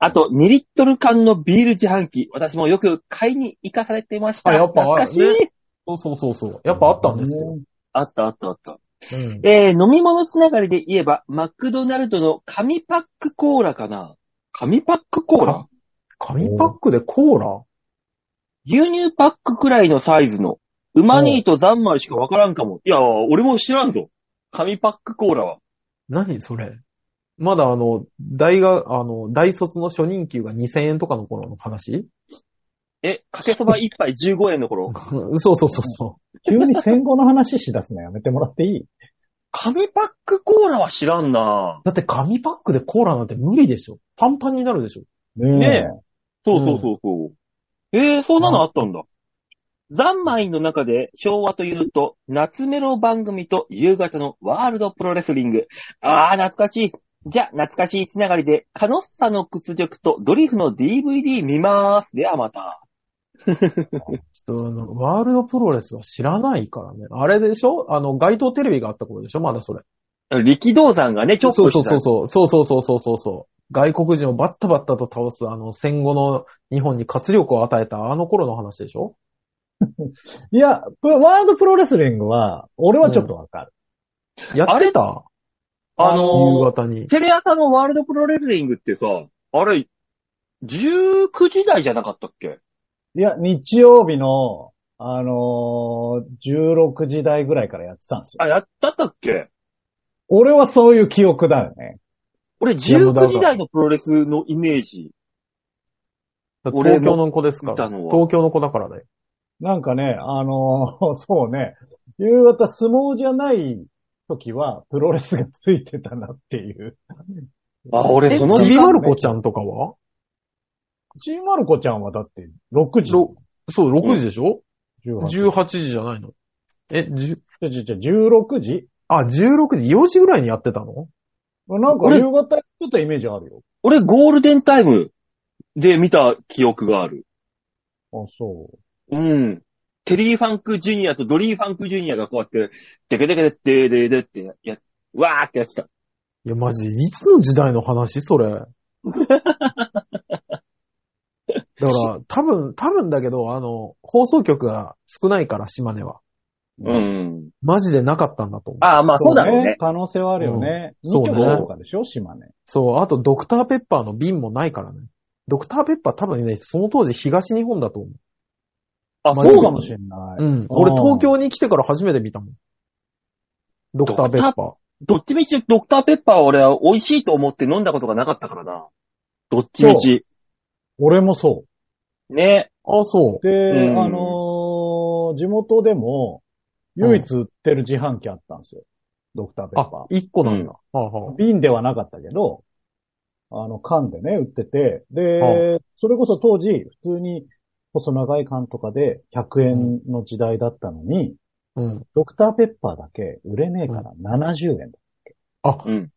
あと、2リットル缶のビール自販機、私もよく買いに行かされてました。
あやっぱ
懐かしい。
ねそうそうそうそう。やっぱあったんですよ。
あったあったあった。
うん。
えー飲み物つながりで言えば、マクドナルドの紙パックコーラかな紙パックコーラ
紙パックでコーラ
牛乳パックくらいのサイズの。うまにーとざんまいしかわからんかも。いやー、俺も知らんぞ。紙パックコーラは。
何それまだあの、大学、あの、大卒の初任給が2000円とかの頃の話
え、かけそば一杯15円の頃。
そうそうそうそ
急に戦後の話しだすのやめてもらっていい
紙パックコーラは知らんな
う。だって紙パックでコーラなんて無理でしょ。パンパンになるでしょ。
ね
ねそうそうそうそう。えー、そんなのあったんだ。三枚の中で昭和というと、夏メロ番組と夕方のワールドプロレスリング。ああ、懐かしい。じゃ、懐かしいつながりで、カノッサの屈辱とドリフの DVD 見まーす。ではまた。
ちょっとあの、ワールドプロレスは知らないからね。あれでしょあの、街頭テレビがあった頃でしょまだそれ。
力道山がね、ちょっ
そ
と
う
し
そう
た
そうそう。そうそうそうそうそうそう。外国人をバッタバッタと倒す、あの、戦後の日本に活力を与えたあの頃の話でしょ
いや、これワールドプロレスリングは、俺はちょっとわかる。
やってた
あ
夕
のー、
方に。
テレ朝のワールドプロレスリングってさ、あれ、19時台じゃなかったっけ
いや、日曜日の、あのー、16時台ぐらいからやってたんですよ。
あ、やったったっけ
俺はそういう記憶だよね。
俺
やもうだ
19
から
時台のプロレスのイメージ俺も
東京の子ですか
見
ら。
たのは。
東京の子だからね。
なんかね、あのー そうね、夕方相撲じゃない時は、プロレスがついてたなっていう。
あ、俺
え、
その
ち
時
び
間
まる子ちゃんとかは
ちーまる子ちゃんはだって、6時。
ろそう、6時でしょ、
18
?18 時じゃないの。え、10、
時。じゃ16時
あ、16時、4時ぐらいにやってたの
なんか
俺
夕方、ちょっとイメージあるよ。
俺ゴールデンタイムで見た記憶がある。
あ、そ
う
う。
ん。テリー・ファンク・ジュニアとドリー・ファンク・ジュニアがこうやって、デケデケデッデデデってや、わーってやってた。
いや、マジ、いつの時代の話それ。だから、多分、多分だけど、あの、放送局が少ないから、島根は。
うん。
マジでなかったんだと思う。
ああ、まあそうだろうね。
可能性はあるよね。
うん
そう
そうね
とかでしょ島根。
そう、あと、ドクターペッパーの瓶もないからね。ドクターペッパー多分ね、その当時東日本だと思
あ、
ま
そ
あ
そう
う
か
か
も
も
し
し
れ
れない。
な
う。
い。
うん。
あー
俺東京に来てから初めて見たもん。ドクターペッパー。
どっちみちドクターペッパーは俺は美味しいと思って飲んだことがなかったからな。どっちみち。
俺もそう。
ね。
あ、そう。
で、
うん
あのー地元でも、唯一売ってる自販機あったんですよ。ドクターペッ
あ
パ、
一個なん
うん
だ。はあはあ
ー。瓶ではなかったけど、あの、缶でね、売ってて、で、それこそ当時、普通に細長い缶とかで100円の時代だったのに、
うん。
ドクターペッパーだけ売れねえから70円だ。
あ、
うん。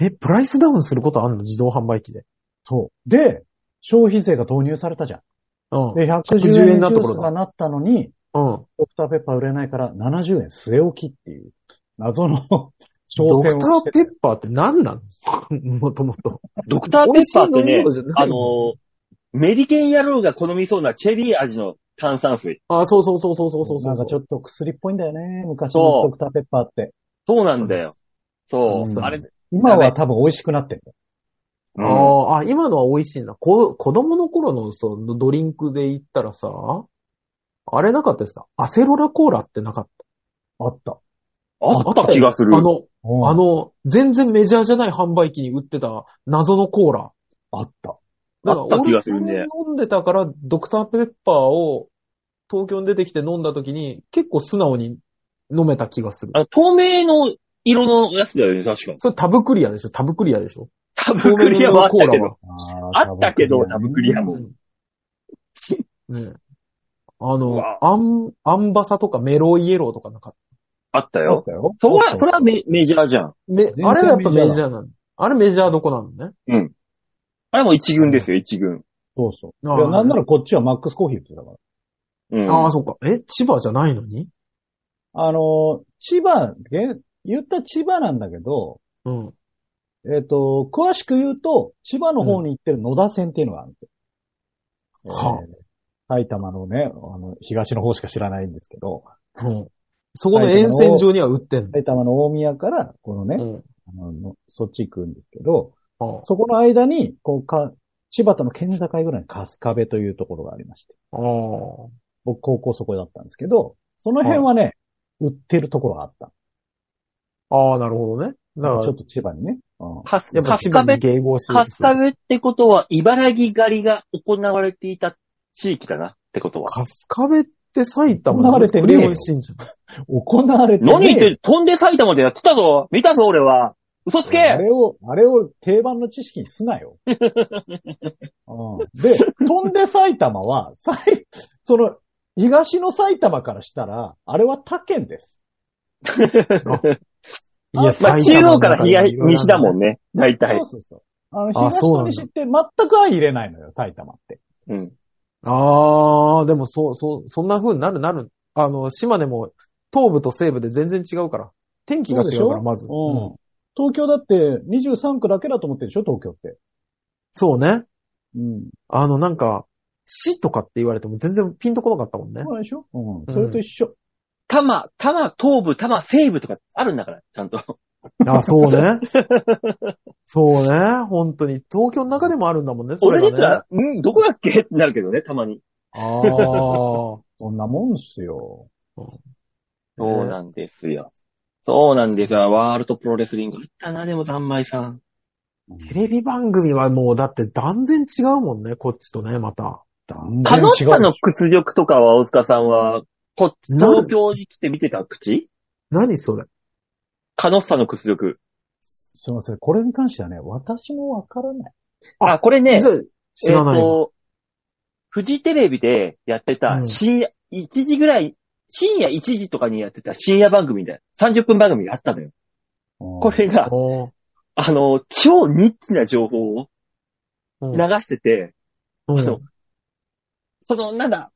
え、プライスダウンすることあんの自動販売機で。
そう。で、消費税が導入されたじゃん。
うん。
で、
110
110円
円
ジ
だ
ュ
ったところ
ース
だ
がなったのに、
うん。
ドクターペッパー売れないから70円据え置きっていう、謎の挑
ドク
戦
タ
をし
ー
て。
ペッパーって何なの もともと。
ドクターペッパーって
美味しい飲み
ね
物じゃ、ない
あのー、メリケン野郎が好みそうなチェリー味の炭酸水。
あ、そうそうそうそうそうそうそう。
なんかちょっと薬っぽいんだよね、昔の
そう
ドクターペッパーって。
そうなんだよ。そうう。
ん
あれ、
今は多分美味しくなってる。
うん
あーあ、今のは美味しいな。こ子供の頃のそのドリンクで言ったらさ、あれなかったですかアセロラコーラってなかっ
あった。
あった気がす
た。
る。
あの、
うん
あ、の、全然メジャーじゃない販売機に売ってた謎のコーラ。
あった。
だ
あった気がするね
俺それ飲んでたから、ドクターペッパーを東京に出てきて飲んだ時に、結構素直に飲めた気がする。
あの、透明の色のやつだよね、確か。
それタブクリアでしょタブクリアでしょ
タブクリアはあったけど。
あ
あったけど、タブクリア
も。
も。
うんねえあ
う
の、
わ
アン、アンバサとかメロイエローとかなんかっ
あった
あっ
よ。
たよ。
それは、それ
れ
はメメジャーじゃん。
た。め
全、然
あれはやっぱメ
メジ
ジャーなの。あれメジャーどこなのね。
あれも一軍ですよ、一軍。
そうそう。
あー
いや、なんならこっちはマックスコーヒーって言ってたから。
うん。
ああ、そっか。え、千葉じゃないのに
あの、千葉、げ言った千葉なんだけど、
うん。
えっ、と、詳しく言うと、千葉の方に行ってる野田線っていうのがあるんですよ。
はあ
えー埼玉のね、あの、東の方しか知らないんですけど、
うん。そこの沿線上には売ってんの。
埼玉の大宮から、このね、
うん。
あののそっち行くんですけど、
あ
そこの間に、こうか、千葉との県境ぐらいに春日部というところがありまして、
あー。
僕高校そこだったんですけど、その辺はね、売ってるところがあった。
ああ、なるほどね。だから、
ちょっと千葉にね。うん
カス、
やっぱ
カ
千
ス
葉
カ
に
ベ、
迎合しよう
カ
と
ス
する
カベってことは、茨城狩りが行われていた地域だなってことは。
カスカベって埼玉
流れてね
ク
えよ
レヨンしんじゃん。
行われてね
何言って、飛んで埼玉でやってたぞ見たぞ、俺は嘘つ
あ
け
れを、あれを定番の知識にすなよ。うんで、飛んで埼玉は、さい、その、東の埼玉からしたら、あれは他県です。
いや、
まあ、中央から東、
埼玉の中に
西だもんね。大体
そう。そうそう。あの、
あ
東
そうな
と
んだ
西って全く相入れないのよ、埼玉って。
うん。
あー、でもそう、そう、そんな風になるなる。あの、島根も東部と西部で全然違うから。天気が違うから、まず。
うん
ん。
東京だって23区だけだと思ってるでしょ、東京って。
そうね。
うん。
あの、なんか、死とかって言われても全然ピンとこなかったもんね。
そうでしょうん。それと一緒。
多摩、多摩東部、多摩西部とかあるんだから、ちゃんと。
あ、そうね。そうね。本当に。東京の中でもあるんだもんね、そ
俺
れ
で言っ
が
た
ね。
ら、うん、どこだっけってなるけどね、たまに。
あー。
そんなもんっすよ。
そうなんですよ。そうなんですよ。ワールドプロレスリング。あったな、でも、三枚さん。
テレビ番組はもうだって断然違うもんね、こっちとね、また。
断
カ
然
ノ
違
ッタ
う
の屈辱とかは、大塚さんは、こっち、
な
東京に来て見てた口
何それ。
カノッタの屈辱。
すいません。これに関してはね、私もわからない。
あ
あ、これね、
知らない
えっ、
の。
と、フジテレビでやって
う
た
ん
深夜、1時ぐらい、深夜1時とかにやってた深夜番組で、30分番組があったのよ。こ
こ
れが、
おー
あの、超ニッチな情報を流
うん
してて、
うん
あの、その、なんだ、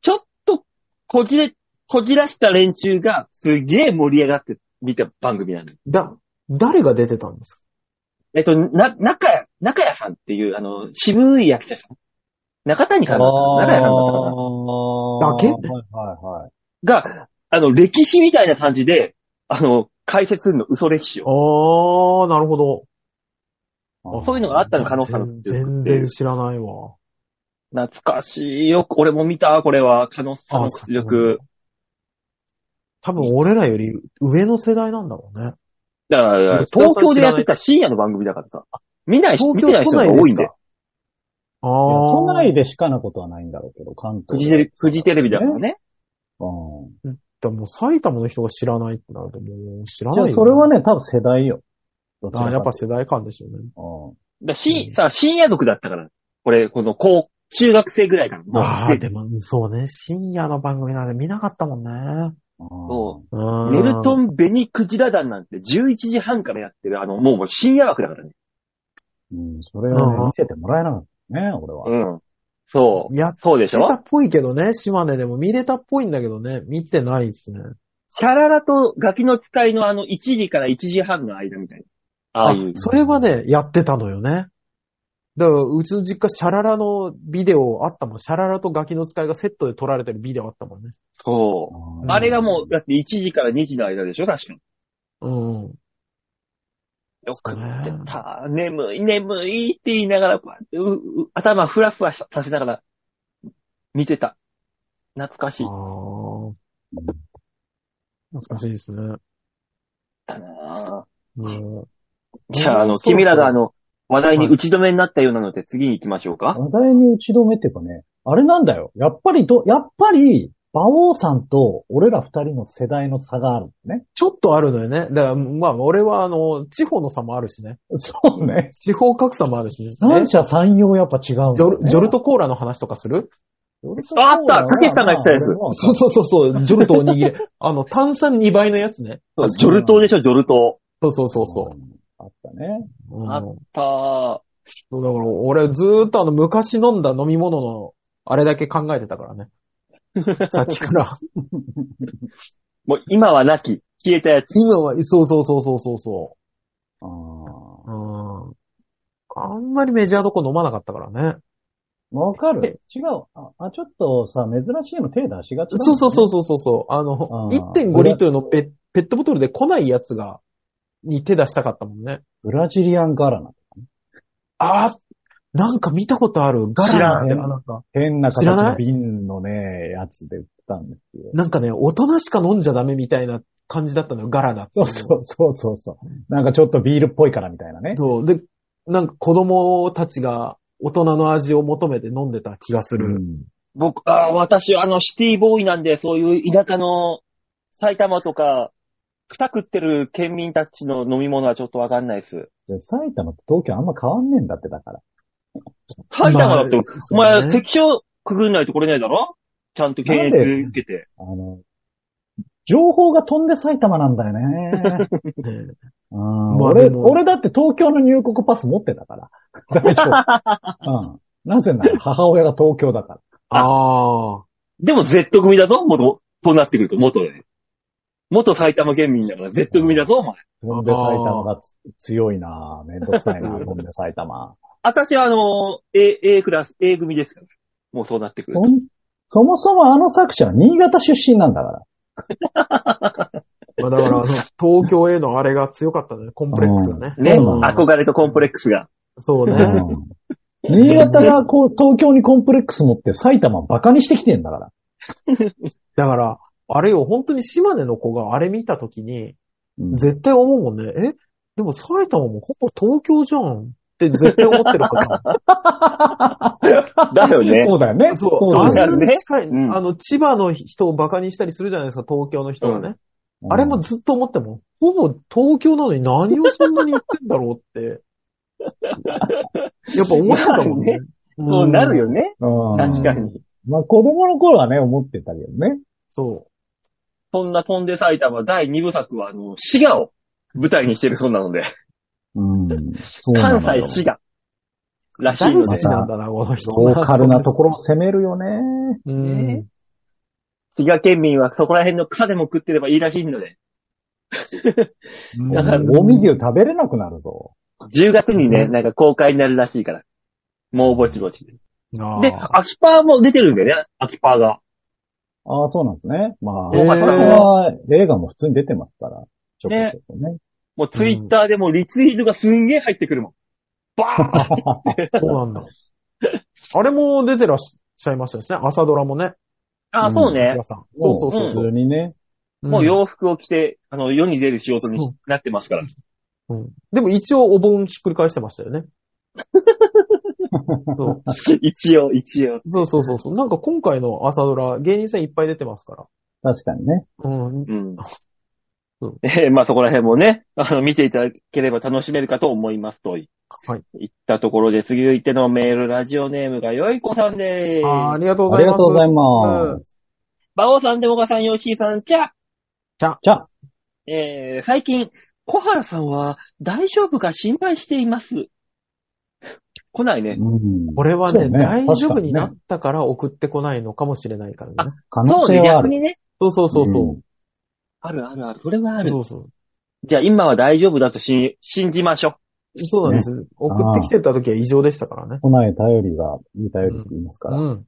ちょっと、こじれ、こじらした連中がすげえ盛り上がって見た番組なの。
だ、誰が出てたんですか
えっと、な、中谷、中谷さんっていう、あの、渋い役者さん。中谷さんだったかな中谷さんだったかな
あ
だけ
はいはいはい。
が、あの、歴史みたいな感じで、あの、解説するの、嘘歴史を。
あー、なるほど。
あ
そういうのがあったの、可能性の
全全然知らないわ。
懐かしいよ。俺も見た、これは。可能性の屈辱。
多分俺らより上の世代なんだろうね。
だから、東京でやってた深夜の番組だからさ。見ない人、見
東京
てない
都
人が
内で
多い
す
んで
か。あー。
都内でしかなことはないんだろうけど、関
フ
東。
ジテレビ、フジテレビだからね。
うん。
でも埼玉の人が知らないってなるともう知ら
じ
な
ゃあ
いよ、
それはね、多分世代よ。どちら
あ
か
ー、やっぱ世代間でしょうね。
うん
だし、さ、深夜族だったから。これ、この、高、中学生ぐらいから。もう
ああ、でも、そうね。深夜の番組なんで見なかったもんね。
そ
うん。
ネルトン・ベニ・クジラ団なんて11時半からやってる、あの、もうもう深夜枠だからね。
うん。うん、それをね、
うん
見せてもらえなかったね、俺は。
うん。そう。
やっ
そうでして
た
ょ
っぽいけどね。島根でも見れたっぽいんだけどね。見てないですね。
キャララとガキの使いのあの1時から1時半の間みたいな。ああいう。
それはね、やってたのよね。だから、うちの実家、シャララのビデオあったもん。シャララとガキの使いがセットで撮られてるビデオあったもんね。
そうう。
ん
あれがもう、だって1時から2時の間でしょ確かに。
うん。
よくって
そうね
た。眠い、眠いって言いながら、こうやってうう頭ふらふらさせながら、見てた。懐かしい
あ。あ。懐かしいです ね。
だな
うん
ぁじゃあ、あの、
そうそう
君らがあの、話題に打ち止めになったようなので次に行きましょうか。
話題に打ち止めっていうかね、あれなんだよ。やっぱりど、やっぱり、馬王さんと俺ら二人の世代の差があるね。
ちょっとあるのよね。だから、まあ、俺は、あの、地方の差もあるしね。
そうね。
地方格差もあるしね。
三者三様やっぱ違うん
ジ
だ
ョ
よね、
ル、ジョルトコーラの話とかする
ああったたけしさんが言ってたやつ
そうそうそうそう、ジョルトおにぎり。 あの、炭酸2倍のやつね。
あジョル島でしょ、ジョル島。
そうそうそうそ
うん。あったね。
う。うん
あたー。
そうだから、俺ずーっとあの、昔飲んだ飲み物の、あれだけ考えてたから ね。さっきから。
もう今はなき、消えたやつ。
今は、そうそうそうそうそうそ
あー
う。うん。あんまりメジャーどこ飲まなかったからね。
わかる。違う。あ、あちょっとさ、珍しいの手出しがちだもんね、
そうそうそうそうそうそう。あの、
あー
1.5リットルのペペットボトルで来ないやつが、に手出したかったもんね。
ブラジリアンガラナ。
あー、なんか見たことある。ガラナって、
知らん
あなんか、
変な形
知らない
の瓶のね、やつで売ったんですよ。
なんかね、大人しか飲んじゃダメみたいな感じだったのよ、ガラナってい
そ
の
うそうそうそうそう。なんかちょっとビールっぽいからみたいなね。
そう。で、なんか子供たちが大人の味を求めて飲んでた気がする。
うん
僕、あー私、あの、シティボーイなんで、そういう田舎の埼玉とか、草食ってる県民たちの飲み物はちょっとわかんないです。
で埼玉と東京あんま変わんねえんだってだから。
埼玉だって、
まあ
お前、
そうね
関所くぐんないとこれないだろちゃんと検閲受けて。
あの、情報が飛んで埼玉なんだよね。うん
まあ
俺、
でも
俺だって東京の入国パス持ってたから。大丈夫。うんなぜなら母親が東京だから。
ああ。
でも Z 組だぞ、元。そうなってくると、元で。元埼玉県民だから Z 組だぞ、お前。
飛んで埼玉がつ強いなぁめんどくさいなぁ飛んで埼玉。
私はあの、A、A クラス、A 組ですから。もうそうなってくると
ほ。んそもそもあの作者は新潟出身なんだから。
まあだから、あの、東京へのあれが強かったね。コンプレックスがね。
ね、
うん
憧れとコンプレックス が。
そうね。
うん新潟がこう、東京にコンプレックス持って埼玉バカにしてきてんだから。
だから、あれよ、本当に島根の子があれ見たときに、
うん
絶対思うもんね。えでも埼玉もここ東京じゃんって絶対思ってるから。
だよね。
そうだよね。
そうう。
だ
あ
よ
ん
ね
なに近い、
うん
あの、千葉の人をバカにしたりするじゃないですか、東京の人がね。あれもずっと思っても、ほぼ東京なのに何をそんなに言ってんだろうって。やっぱ思ってたもんね。
そうなる
よ。
よね。
うん
確かに。
まあ子供の頃はね、思ってたけどね。
そ
そんな飛んで埼玉第2部作は、あの、滋賀を舞台にしてるそうなので、
うん。そうなん
関
だよ
西滋賀らし
う。大
い
好
の
き
で、
なんだな、この人。
ローカルなところを攻めるよね。
うん。
滋賀県民はそこら辺の草でも食ってればいいらしいので、
だから、大見牛食べれなくなるぞ。
10月にね、なんか公開になるらしいから。もうぼちぼち。
あー
で、秋パーも出てるんだよね、秋パーが。
ああ、そうなんですね。まあ、
えー
まあそれは映画も普通に出てますから。ちょこちょこね。
もうツイッターでもリツイートがすんげえ入ってくるもん。バーン
そうなんだ。あれも出てらっしゃいましたですね。朝ドラもね。
あ、そうね。
皆さん。そうそうそうそ
普
う。
通にね。
もうん洋服を着て、あの、世に出る仕事に
そう
なってますから。
うんでも一応お盆ひっくり返してましたよね。そう
一応、一応。
そうそうそうそう。なんか今回の朝ドラ、芸人さんいっぱい出てますか
確かにね。
ら。うん。
うん
うん。
えーまあそこら辺もね、あの、見ていただければ楽しめるかと思いますと。はい。
はい
言ったところで、次行ってのメール、ラジオネームがよいこさんで
あーあ
ーす。
りがとうご
あ
ざい
り
ます。
がとうござい
うん
ます。
バオさん、デモカさん、ヨッシーさん、じゃあ
じゃあ、
えー最近、小原さんは大丈夫か心配しています。来ないね。
うん。
これは
そ
ね、
うね
大丈夫にな
確かに
ったから送ってこないのかもしれないからね。
可
そ
能
うね、
性はあ
逆
る。
にね。
そうそうそうそ
あるあるある。それはあ
う。
る
そ。うそう。
じゃあ今は大丈夫だとし信じましょう。
そうなんです。送ってきてた時は異常でしたからね。
来ない頼りが、いい頼りって言いますから。
うん。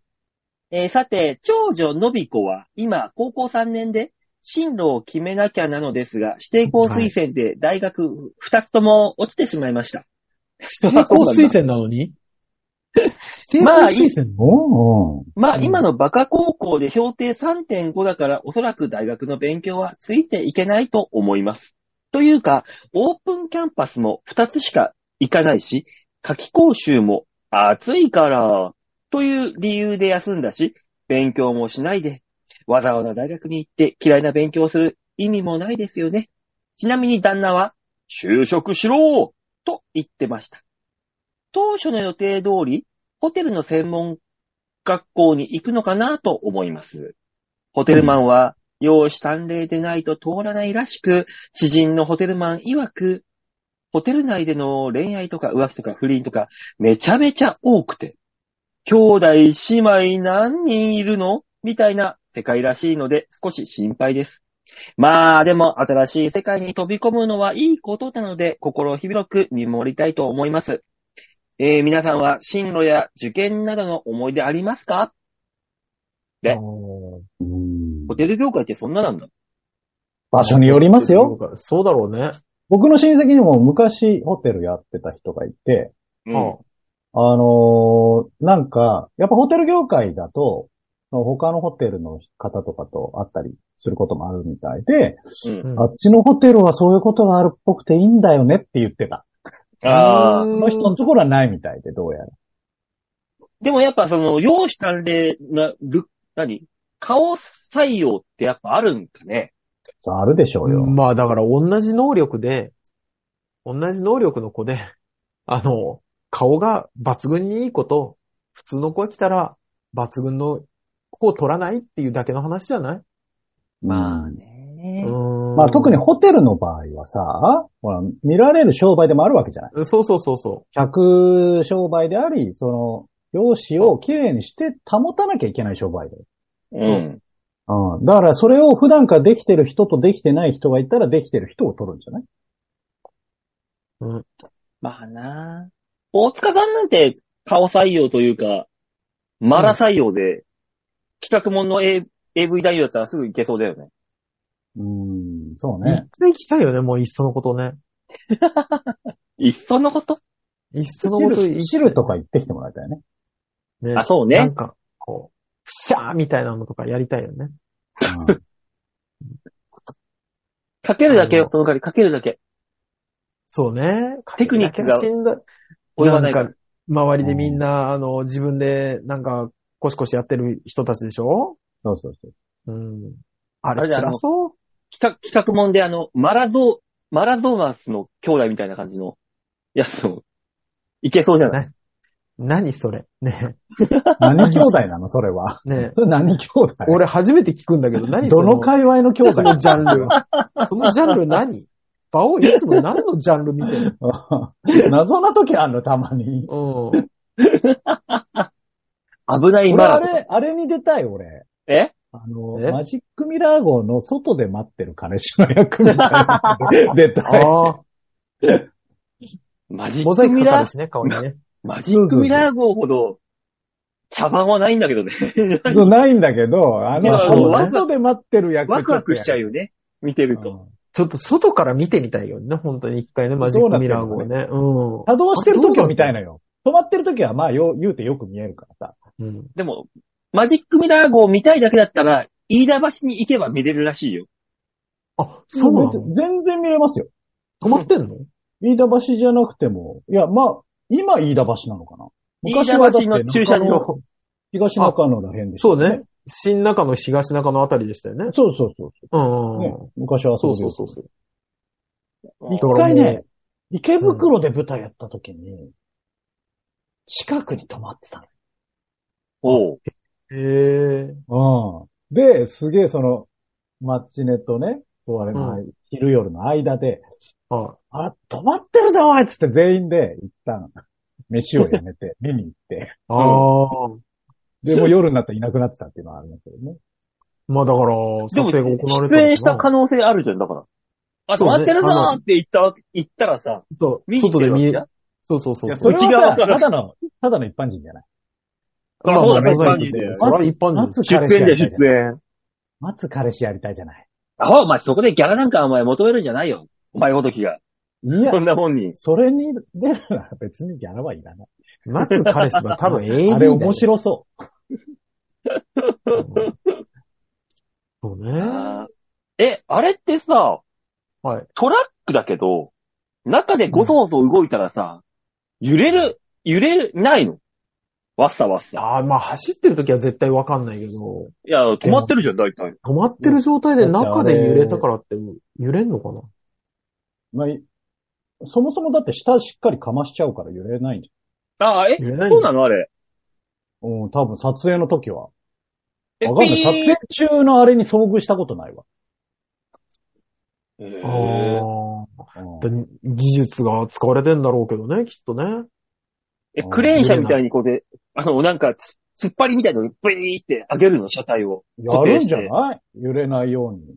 えーさて、長女のびこは今高校3年で進路を決めなきゃなのですが、指定校推薦で大学2つとも落ちてしまいました。
指定校推薦なのに指定校
まあいい
推薦
おー
まあ、
うん
今のバカ高校で評定3.5だから、おそらく大学の勉強はついていけないと思います。というか、オープンキャンパスも2つしか行かないし、夏季講習も暑いから、という理由で休んだし、勉強もしないで、わざわざ大学に行って嫌いな勉強をする意味もないですよね。ちなみに旦那は、就職しろと言ってました。当初の予定通り、ホテルの専門学校に行くのかなと思います。ホテルマンは、容姿端麗でないと通らないらしく、知人のホテルマン曰く、ホテル内での恋愛とか浮気とか不倫とか、めちゃめちゃ多くて、兄弟姉妹何人いるのみたいな世界らしいので、少し心配です。まあ、でも、新しい世界に飛び込むのはいいことなので、心を広く見守りたいと思います。えー皆さんは進路や受験などの思い出ありますかえ
うん
ホテル業界ってそんななんだ。
場所によりますよ。。
そうだろうね。
僕の親戚にも昔ホテルやってた人がいて、
う
うん。
あのーなんか、やっぱホテル業界だと、他のホテルの方とかと会ったりすることもあるみたいで、
うん
うん
あっちのホテルはそういうことがあるっぽくていいんだよねって言ってた。
ああ。
その人のところはないみたいで、どうやら。
でもやっぱその、容姿端麗な、ル何顔採用ってやっぱあるんかね。
あるでしょうよ。
まあだから同じ能力で、同じ能力の子で、 あの、顔が抜群にいい子と、普通の子が来たら、抜群のを取らないっていうだけの話じゃない
まあね。
ね
ま
ま
あ特にホテルの場合はさ、ほら、見られる商売でもあるわけじゃない。
そうそうそうそ。
客商売であり、その、容姿をきれいにして保たなきゃいけない商売だよ。
うん。
うん。だからそれを普段からできてる人とできてない人がいたらできてる人を取るんじゃないう
うん、
まあな大塚さんなんて顔採用というか、マラ採用で、企画もんの、A、AV 代用だったらすぐいけそうだよね。
うーん、そう
一
ね。
回行きたいよね、もういっそのことね。
いっそのこと
いっそのこと
汁
い
汁とか言ってきてもらいたいね。
ね
あ、そう
な
ね
ん。か、こう、ふしゃーみたいなのとかやりたいよね。
うん
かけるだけよ、その代わりかけるだけ。
そうね。
テクニックが
しんどい。
及ば
な
なんいか。、
から周りでみんな、あの、自分で、なんか、コシコシやってる人たちでしょ
そうそうそう。
うん。あ
あ
れ、
れだよ
辛そう。
企画、企画もんであの、マラゾー、マラゾーマスの兄弟みたいな感じのやつを、いけそうじゃない
何それ。ね
何兄弟なのそれは。
え。ねえ。
それ何兄弟
俺初めて聞くんだけど、何そ
ど
の
の界隈の兄弟
そのジャンル。そのジャンル何バオいつも何のジャンル見てる
謎な時あんの、たまに。
のうん。
危ない
俺、
マ
あ
ラ。
れ、あれに出たい、俺。
え
あの、
え
マジックミラー号の外で待ってる彼氏の役みたいなので出たい。
ああ。
マジ
モ
ッ
ザ
ク
イク
ミ
かか
ラ
る
ー、
しね、顔にね。
マジックミラー号ほど、茶番はないんだけどね。
そうないんだけど、あ
いや
の、
そう
そう
ワクワク
外で待ってる役
ワ クワクしちゃう
よ。
よね。見てる
う
と。
ん
ちょっと外から見てみたいよね、本当に一回ね、マジックミラー号ね。う
稼働してる時は見たいのよ。止まってる時は、まあ、よう言うてよく見えるからさ。
ん。うん。
でも、マジックミラー号を見たいだけだったら、飯田橋に行けば見れるらしいよ。
あ、そうなの
全然見れますよ。
止まってんの
飯田橋じゃなくても、いや、まあ、今飯田橋なのかな。
飯
昔
田
はだっ
橋
て
の駐車場。
東中野ら辺でした
そ
よ
うね。。新中野、東中野あたりでしたよね。
そうそうそう
う
そ
ん
う、ね。昔は
そう
で
そ
よ
うそうそう。
一回
だからも
ね、池袋で舞台やった時に、近くに泊まってた
おう。
へえ。
の。うん。で、すげえその、マッチネとね、そうあれの、
う
昼夜の間で、
は
あ、泊まってるぞおいっつって全員で、一旦、飯をやめ て、見に行って、
い。ああ。
で、もう夜になったらいなくなってたっていうのはありますけどね。
まあだから、撮
でも、
影が行われた
出演した可能性あるじゃん、だから。あ、
そうね
待ってるぞ
あ
ー
の
って言ったわけ、言ったらさ、
そう、
見に行
外
け
で
るわけ
見
じゃん、
そうそうそう。
いや、
そ
そ
れ
れ
内側
はさ
から
ただの、ただの一般人じゃない。
それは
ま
そ
あ
うだ
モザイクで
一般人だよ
それは一般人 です
待つ彼氏やりた
演。
いじゃない。待つ彼氏やりたいじゃない。
あ、お前そこでギャラなんかお前求めるんじゃないよ。お前ごときが。
いや
そ、んなもんに。
それに出るなら別にギャラはいらない。
待つ彼氏は多分 AD だよ
あれ面白そ
そうね。
え、あれってさ、
はい。
トラックだけど、中でごそごそ動いたらさ、揺れる、揺れないのわっさわっさ。
ああ、まあ走ってる時は絶対わかんないけど、
いや、止まってるじゃん、大体。
止まってる状態で中で揺れたからって、揺れんのかな
う。まあ、いそもそもだって下しっかりかましちゃうから揺れないんじ
ああ、え、
揺れない
そうなのあれ。
ゃん。うん、多分撮影の時は。
え、
わかんない。
ピ
撮
ー
影中のあれに遭遇したことないわ。
へー
ああ。
うん
で技術が使われてんだろうけどね、きっとね。
え、クレーン車みたいにこうで、あの、なんか、つ突っ張りみたいなのをブイーって上げるの、車体を。
やるんじゃない揺れないように。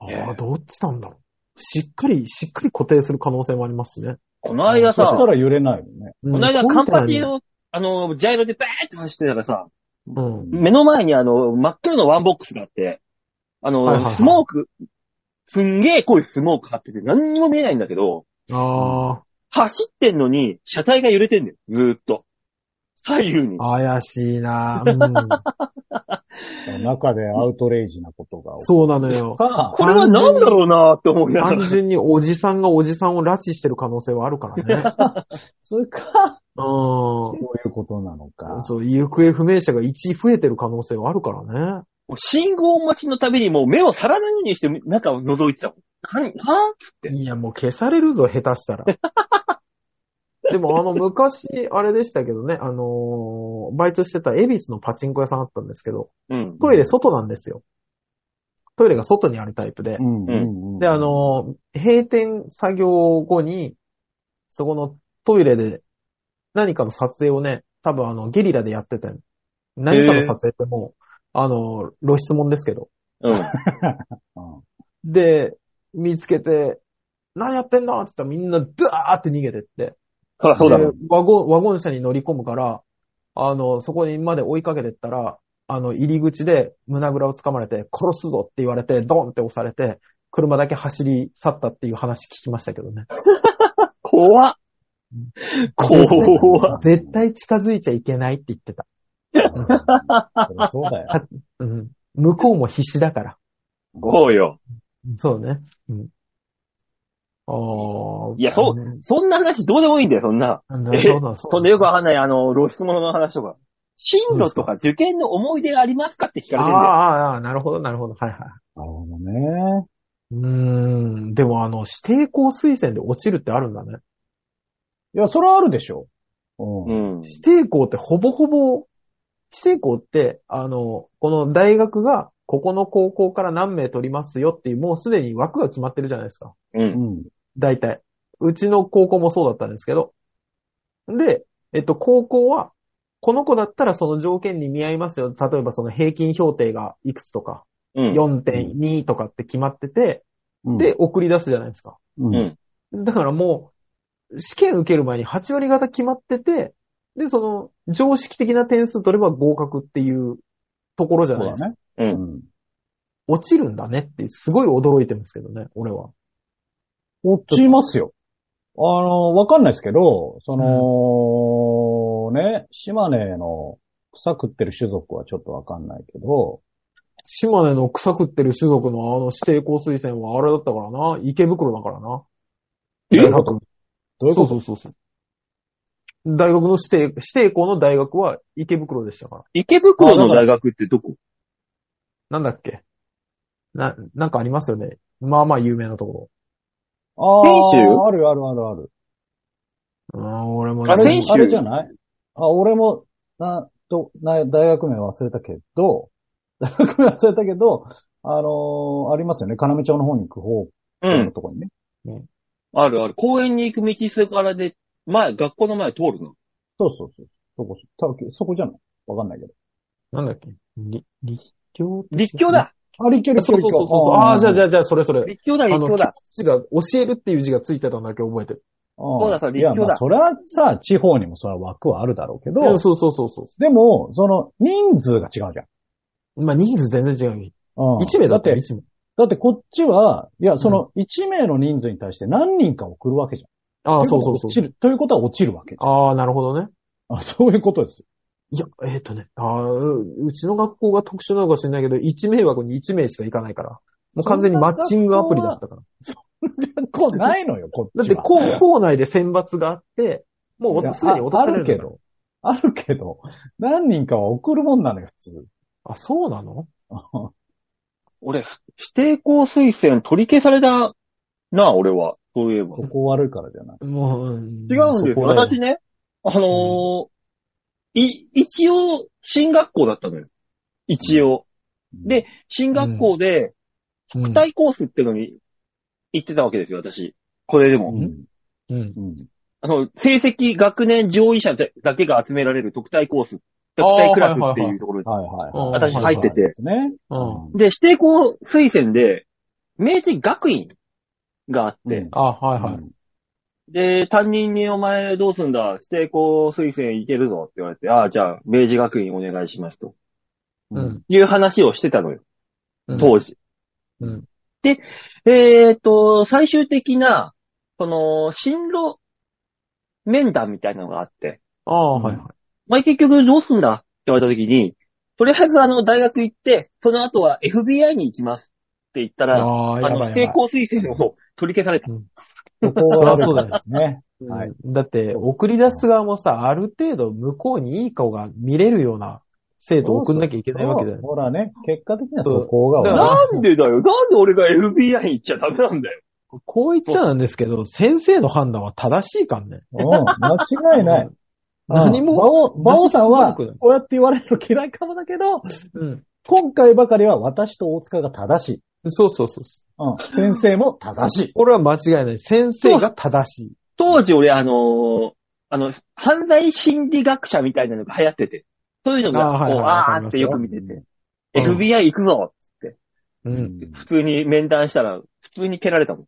ああ、どっちなんだろう。しっかり、しっかり固定する可能性もありますしね。
この間
そ
さ、
し
こ
たら揺れないよね。
こ
の間カンパチを、あの、ジャイロでバーって走ってたらさ、
うん。
目の前にあの、真っ黒のワンボックスがあって、あの、
はいはいはい
スモーク、すんげえ濃いスモーク張ってて何にも見えないんだけど、
あ
走ってんのに、車体が揺れてんだよ、ずーっと。左右に。
あ、怪しいな、うん、
中でアウトレイジなことが起
そうなの
こ
よ。
るか、
これは何だろうなーって思いなが
単
ら。
純におじさんがおじさんを拉致してる可能性はあるからね。
それか、
う
そういうことなのか
ん。。そう、行方不明者が1増えてる可能性はあるからね。
もう信号待ちのたびにもう目を皿のようにして中を覗いてたもん。何、何
いや、もう消されるぞ、下手したら。 でも、あの、昔、あれでしたけどね、あのーバイトしてた恵比寿のパチンコ屋さんあったんですけど、
うん。
トイレ外なんですよ。トイレが外にあるタイプで。
ん
ん
で、あ、のー閉店作業後に、そこのトイレで何かの撮影をね、多分あの、ゲリラでやってて、何かの撮影ってもう、あのー露出もんですけど。
うん。
うん
で、見つけて、何やってんのって言ったらみんなドワーって逃げてって。
そらそうだ
で
ろう。
ワゴン、ワゴン車に乗り込むから、あの、そこにまで追いかけてったら、あの、入り口で胸ぐらをつかまれて、殺すぞって言われて、ドンって押されて、車だけ走り去ったっていう話聞きましたけどね。
怖っ。 怖っ。
絶対近づいちゃいけないって言ってた。
うんそりゃそうだよ。
うん。向こうも必死だから。
こうよ。
そうね。うん。ああ。
いやそう
うん。
そんな話どうでもいいんだよ、そんな。
なんだ
え
そうだ、そう
そんなよくわかんない、あの、露出物の話とか。進路とか受験の思い出ありますかって聞かれ
ああ
てんだよ。
ああああ、なるほど、なるほど。はいはい。
なるほどね。
うーん。でもあの、指定校推薦で落ちるってあるんだね。
いや、それはあるでしょ。うん。
うん。
指定校ってほぼほぼ、指定校って、あの、この大学が、ここの高校から何名取りますよっていう、もうすでに枠が決まってるじゃないですか。
う。
うんん。
大体。うちの高校もそうだったんですけど。で、えっと、高校は、この子だったらその条件に見合いますよ。例えばその平均評定がいくつとか、
うん。
4.2とかって決まってて、
うん
で、、送り出すじゃないですか。
うん
うん。
だからもう、試験受ける前に8割方決まってて、で、その、常識的な点数取れば合格っていうところじゃ
そう
ないですか。
だね。
う。
うんん。
落ちるんだねって、すごい驚いてますけどね、俺は。
落ちますよ。あの、わかんないですけど、その、ね、島根の草食ってる種族はちょっとわかんないけど、
島根の草食ってる種族のあの指定校推薦はあれだったからな、池袋だからな。
え
大学
どういうこと
そうそうそうそう。大学の指定、指定校の大学は池袋でしたから。
池袋の大学ってどこ
なんだっけな、なんかありますよね。まあまあ有名なとこ
あ
選手
あ、あるあるあるある。
ろ。うーん、俺も
あれ選手
あれじゃないあ、俺も、な、と、な、大学名忘れたけど、 大学名忘れたけど、あのーありますよね。金目町の方に行く方
う
の
ん。
とこにね。
あるある。公園に行く道すからで、前、学校の前通るの。
そうそうそう。そこ、たぶんそこじゃないわかんないけど。
なんだっけり立教
立教だ
あ、立教立
そうそ
教
う
立
そう
教。
そう。ああー、じゃあじゃあじゃあ、それそれ。
立教だ、
あ
立
の、
教
教
だ。
師が教えるっていう字がついてたのだけ覚えてる。
そう
だそう立
いや、
教だ
まあ、それはさ、地方にもそれは枠はあるだろうけど、
うんそうそうそうそ
でも、その、人数が違うじゃん。
う。まあ、人数全然違うよ。
うん
1名だ
だ
っ
ったて
よ、、1名。
だってこっちは、いや、その、1名の人数に対して何人か送るわけじゃん。
ああ、
とい
そうう
こと
そ
は
うそう
落。ちる。ということは落ちるわけじ
ああ、なるほどね。
ゃん。あ、そういうこと ですよ。
いや、えっ、とね、ああ、ううちの学校が特殊なのかもしれないけど、1名枠に1名しか行かないから。もう完全にマッチングアプリだったから。
こうないのよ、こっち
だ
は。
って、校、校内で選抜があって、も
いうや
すでに落とされるんだ
ああるけど。あるけど、何人かは送るもんなのよ、普通。
あ、そうなの
俺、指定校推薦取り消されたな、俺は。そういえば。
ここ悪いからじゃない。
もう、う
違う
ん
んですよ。私ね、あのーい、一応、進学校だったのよ。一応。で、進学校で、
うん
特待コースってのに行ってたわけですよ、私。これで
う
も。
う
ん。
ん。
うん。
あの、成績、学年上位者だけが集められる特待コース、特待クラスっていうところで。
はいはいはい。
私入
ってて
はいはいですね。
うん。
で、指定校推薦で、明治学院があって、
うん
あ、はいはい。
で、担任にお前どうすんだ指定校推薦いけるぞって言われて、ああ、じゃあ、明治学院お願いしますと。
う
うん
ん。
いう話をしてたのよ、
うん
当時。
うん
で、えっ、と、最終的な、その、進路面談みたいなのがあって、
ああ、はいはい。
まあ、結局どうすんだって言われた時に、とりあえずあの、大学行って、その後は FBI に行きますって言ったら、あ
ああ、やばいや
の、
ばい。
指定校推薦を取り消された。
ここ
そりゃ
は
そうだ
悪
よ
いで すね。
うん
はい
だって、送り出す側もさ、ある程度向こうにいい顔が見れるような生徒を送んなきゃいけないわけじゃないです
ほ
か。
らね、結果的にはそこが
そうだから
悪い。
なんでだよなんで俺が FBI に行っちゃダメなんだよ
こう言っちゃなんですけど、先生の判断は正しいかんね。
うん、間違いない。
何も
馬王、馬王さんは、
何も文句ない
こうやって言われるの嫌いかもだけど、
うん。
今回ばかりは私と大塚が正しい。
そうそうそうそ
うん。先生も正し
う。これは間違いない。先生が正しい。
当時俺あのーあの、犯罪心理学者みたいなのが流行ってて、そういうのが、
あーはいはい
こう
わか
あ
り
ー
ま
っ
す
て
よ
よく見てて、
うん
FBI 行くぞ
う
い。
ん。。
普通に面談したら、普通に蹴られたもん。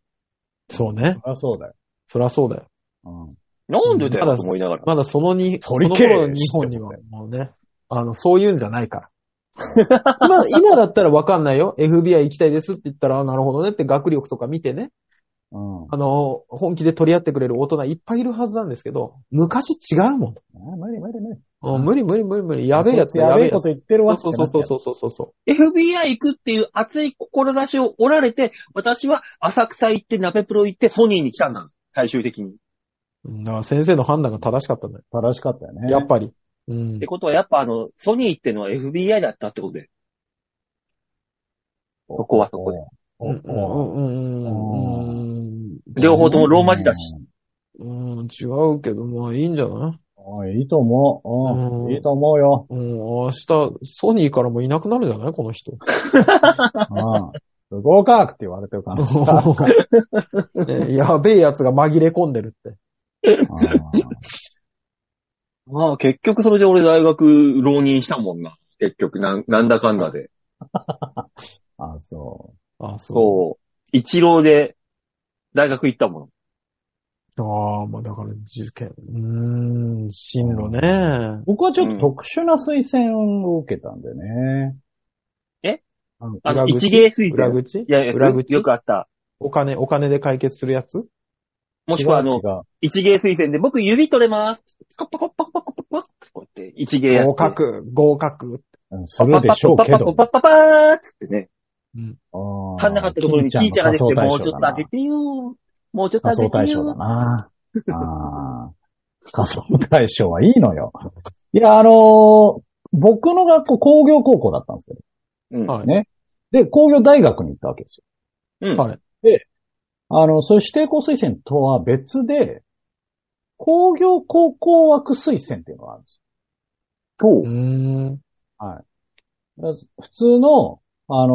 そうね。
あ、そうだよ。
そりゃそうだよ。
うん。
なんでだよ、
まだ
と思いながら。
まだそのに、そ
取り
の
消え
頃の日本にはもうね、あの、そういうんじゃない から。今、今だったらわかんないよ。FBI 行きたいですって言ったら、あなるほどねって学力とか見てね、
うん。
あの、本気で取り合ってくれる大人いっぱいいるはずなんですけど、昔違うもん。
あ無理無理無理。
うん無理無理無理無理。やべえやつだ
や
や
べ
べ
え
え
こ
や
と言ってるわ
つ。
け
そうそうそうそうそうそうそ
FBI 行くっていう熱い志を折られて、私は浅草行って、鍋プロ行って、ソニーに来たんだ。最終的に。っ
う。うんだから先生の判断が正しかったんだよ。
正しかったよね。
やっぱり。うん
て。ことは、やっぱあの、ソニーってのは FBI だったってことで。
そ
こはそこで
うんうんうんうん
両方ともローマ字だし。。
うんうん違うけど、まあいいんじゃない
おいいいと思う。う。
うんん
いいと思うよ。
うん、明日、ソニーからもいなくなるんじゃないこの人。
うん。不合格って言われてるから。
ねやべえやつが紛れ込んでるって。
まあ、結局それで俺大学浪人したもんな。結局、なん、なんだかんだで。
ああ、そ
あ、そ
そう。一浪で大学行ったもん。
う。ああ、まあだから受験。うーん、進路ね。
う。僕はちょっと特殊な推薦を受けたんでね。
え
あの
あ
裏
の、
口
一芸推
裏
薦。い
口
やいや、
裏口
よくあった。
お金、お金で解決するやつ
もしくはあの
違、う
一芸推薦で、僕指取れます。パコパコパコパコパコパコって、一芸やって。
合格、合格。
違うするでしょうけど。
パパパパパパパパーっつってね。足んなかったところにキーちゃんができて、もうちょっと上げてよ。もうちょっと
仮
上
想
げ
対
て
象だ
よ。
な。あー仮想対象はいいのよ。いや、あのー僕の学校工業高校だったんですけ
うん
はい。
ねど、で、工業大学に行ったわけですよ。
うん
はい
あの、そういう指定校推薦とは別で、工業高校枠推薦っていうのがあるんです
そう
うーん。
よ。だから普通の、あの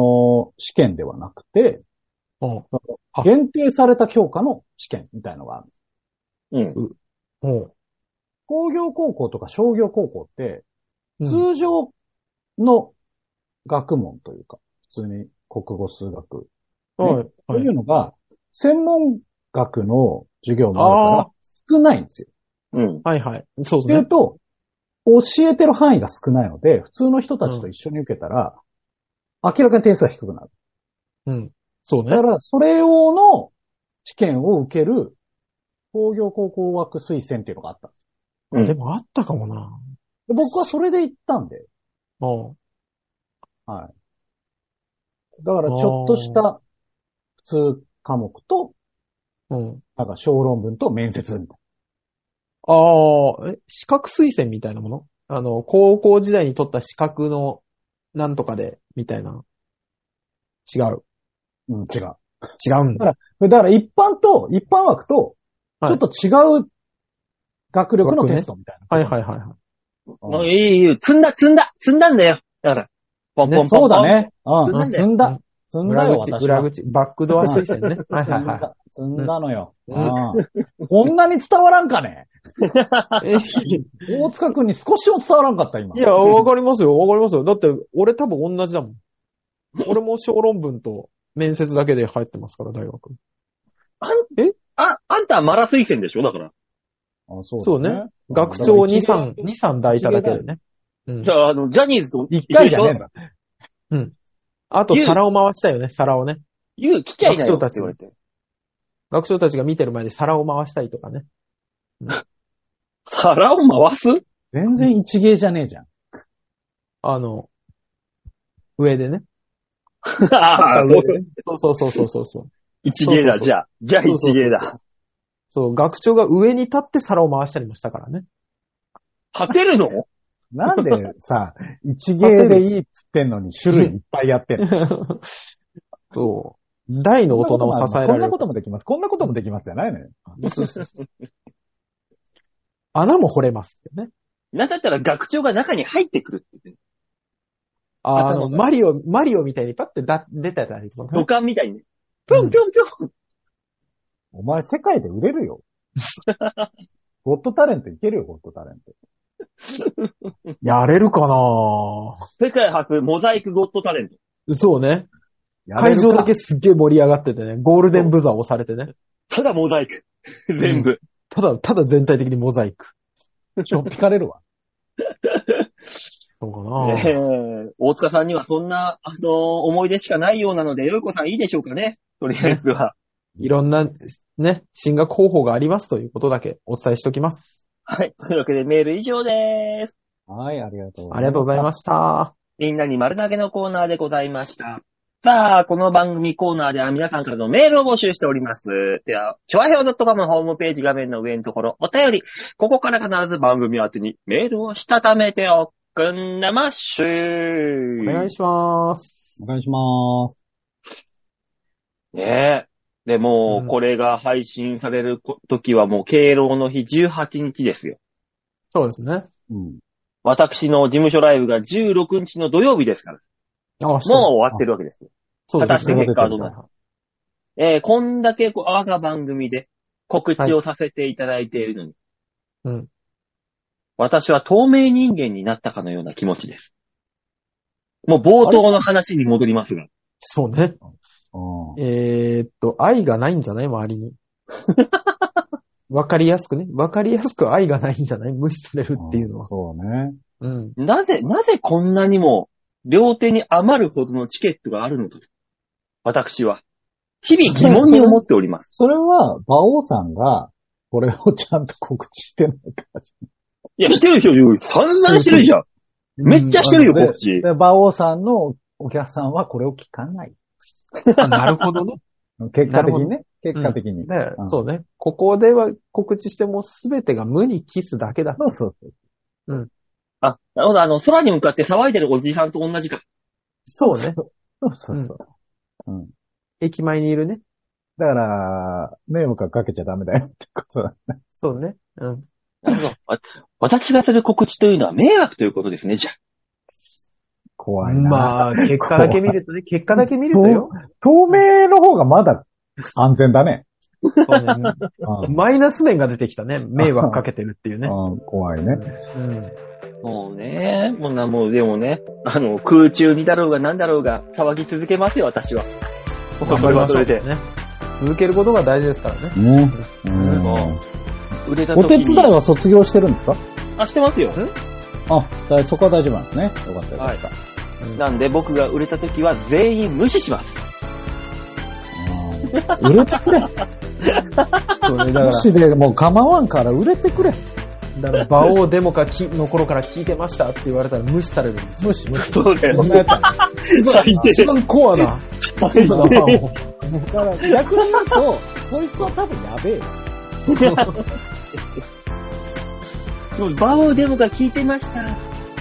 ー試験ではなくて、
うんあ
限定された教科の試験みたいのがあるんです。
うん。
うん。
工業高校とか商業高校って、
うん
通常の学問というか、普通に国語数学
はい。
と
はいい。
うのが、専門学の授業もある
あ
から少ないんですよ。
うん。
はいはい。そう
ってい
で
うと、教えてる範囲が少ないので、普通の人たちと一緒に受けたら、明らかに点数が低くなる。
すね。うん。そうね
だか。ら、それ用の試験を受ける工業高校枠推薦っていうのがあったんです
うん
でもあったかもな。
で僕はそれで行ったんで、
うん。
だからちょっとした普通科目と、
うん。
なんか小論文と面接みたい
ああ、え、資格推薦みたいなものあの、高校時代に取った資格の、なんとかで、みたいな。違う。
な。うん、違う。
違うんだ。
だから一般と、一般枠と、
はい
ちょっと違う学力のテストみたいな。
はいはいはいはい。
もういいよ。積んだ、積んだ、積んだんだよ。だから、ポンポンポンポ
ね
ン。
そうだ。ね。う
積んだ
ん。
んだ
積
よ
んだ。積んだ
裏
よ、
口、
私は
裏口、バックドア推薦 ね。はいはいは
積んだのよ。
う
うんんこんなに伝わらんかね
い。えい
大塚くんに少しも伝わらんかった、今。
や、わかりますよ、わかりますよ。だって、俺多分同じだもん。俺も小論文と面接だけで入ってますから、大学。
あ、あんたはマラ推薦でしょだから。
あそう
そう
だ
ね。学長2、3、2、3抱いただけでね。うん
じゃあ、あの、ジャニーズと
一回じゃねえんだ。
あと、皿を回したよね、皿をね。
言う、来ちゃいなよ
学長た
って
ち
言われて。
学長たちが見てる前で皿を回したりとかね。
皿を回す
全然一芸じゃねえじゃん。
あの、上でね。
ああ、そう
そうそうそうそうそうそう。
一芸だ、
そうそうそう
じゃあ。じゃあ一芸だ。
そう、学長が上に立って皿を回したりもしたからね。
勝てるの
なんで さ、一芸でいいっつってんのに種類いっぱいやってんの
そ大 の大人を支えら
こん
れ
な
る
こ。ともできます。こんなこともできますじゃないのよ。
穴も掘れますよね。
なんだったら学長が中に入ってくるって言ってね
ああ
頭
の、
が
マリオ、マリオみたいにパッてだ出てたりとか
土
ね。
管みたいにね。ぴょんぴょんぴょん。
お前世界で売れ るよ。ゴッドタレントいけるよ、ゴッドタレント。
やれるかな
世界初モザイクゴッドタレント。
そうね。
やれ
会
る
場
か
だけすっげえ盛り上がっててね、ゴールデンブザー押されてね。
ただモザイク。全部。
ただ、ただ全体的にモザイク。
ちょっぴかれるわ。
そうか
え
な、
ー大塚さんにはそんな、あのー思い出しかないようなので、よいこさんいいでしょうかねとりあえずは。
いろんな、ね、進学方法がありますということだけお伝えしておきます。
はい。というわけでメール以上です。
はい、ありがとう。
ありがとうございました。
みんなに丸投げのコーナーでございました。さあ、この番組コーナーでは皆さんからのメールを募集しております。では、ちょわへお .com ホームページ画面の上のところ、お便り。ここから必ず番組宛てにメールをしたためておくんなまっしゅ
お願いします。
お願いします。
ねえ。で、も
う
う、
ん
これが配信されるこ時はもう、敬老の日18日ですよ。
そうですね。
うん。
私の事務所ライブが16日の土曜日ですから、
あ、
もう
そう。
終わってるわけですよ。
そうです
果たして
ね。
結果はどうなるえーこんだけこう我が番組で告知をさせていただいているのに、
うん。
私は透明人間になったかのような気持ちです。もう冒頭の話に戻りますが。
そうね。
うん
えーっと、愛がないんじゃない周 りに。わかりやすくね。わかりやすく愛がないんじゃない無視されるっていうのは。
そうね。
うん。
なぜ、なぜこんなにも両手に余るほどのチケットがあるのかと。私は、日々疑問に思っております。
それは、馬王さんが、これをちゃんと告知してないか ら。
いや、してるでしょ、散々してるじゃん。めっちゃしてるよ、こっち。
で、馬王さんのお客さんはこれを聞かない。
あなるほどね。
結果的に
な
ね。結果的
ね
に。うん
そうね。ここでは告知してもすべてが無にキスだけだ。
そうそうそう。
あ、なるほど、あの、空に向かって騒いでるおじさんと同じか。
そうね。
そうそうそう。
駅前にいるね。
だから、迷惑はかけちゃダメだよってことだ。
そうね。うん。
なるほど。わ私がする告知というのは迷惑ということですね、じゃあ。
怖いな。
まあ、結果だけ見るとね、結果だけ見るとよ。
透明の方がまだ安全だ ね。
そうね
う
マイナス面が出てきたね。迷惑かけてるっていうね。
んうん怖いね。
うん。
もうね、もうな、もうでもね、あの、空中にだろうが何だろうが騒ぎ続けますよ、私は。そ
頑張
れ
りま
は
し
そ
ょ
れ
う
で。
ね。続けることが大事ですからね。
ね。
ん売れた
お
時
手
に
伝いは卒業してるんですか
あ、してますよ。
あ、だそこは大丈夫なんですね。よかったよかった。
なんで僕が売れた時は全員無視します。
うん売れてくれ。
そうね。だから
無、視でもう構わんから売れてくれ。
だから、馬王デモかきの頃から聞いてましたって言われたら無視されるんですよ。
無視無視。
そうだ
こんなやつは
最
一番コアな、
最
コアなファンを。
ねだから逆に言うと、こいつは多分やべえよ。
もうバオデモが聞いてました。っ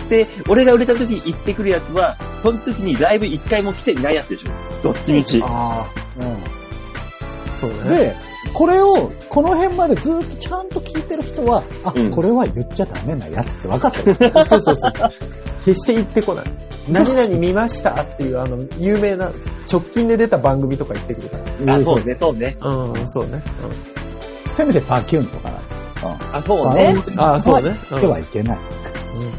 て、俺が売れた時に言ってくるやつは、その時にライブ一回も来てないやつでしょ。どっちみち。
ああ、そう
うん
ね。
で、これを、この辺までずっとちゃんと聞いてる人は、あ、
うん
これは言っちゃダメなやつって分か ってる。
そうそうそう。決して言ってこない。何々見ましたっていう、あの、有名な、直近で出た番組とか言ってくるか
あ、そうね、そうね。
ら。うん、そうね。
せめてパキューンとかな。
あ、そうね。
うん
あそうね
今日はいけない。
うん。うん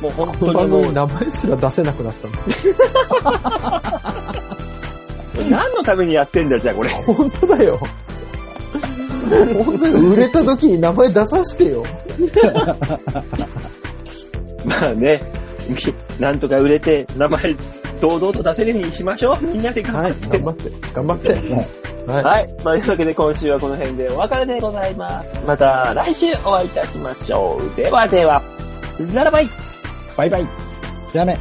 もう本
こ
当
の
に
番
も
組
う、
名前すら出せなくな ったの。
何のためにやってんだよ、じゃあこれ。
本当だよ。本当だよ。売れた時に名前出さしてよ。
まあね、 なんとか売れて、名前、堂々と出せるようにしましょう。みんなで頑張
は
っ
い。
て。
頑張って。頑張って。はい。
はい。というわけで今週はこの辺でお別れでございます。また来週お会いいたしましょう。ではでは、ララバイ
バイバイ。じゃあね。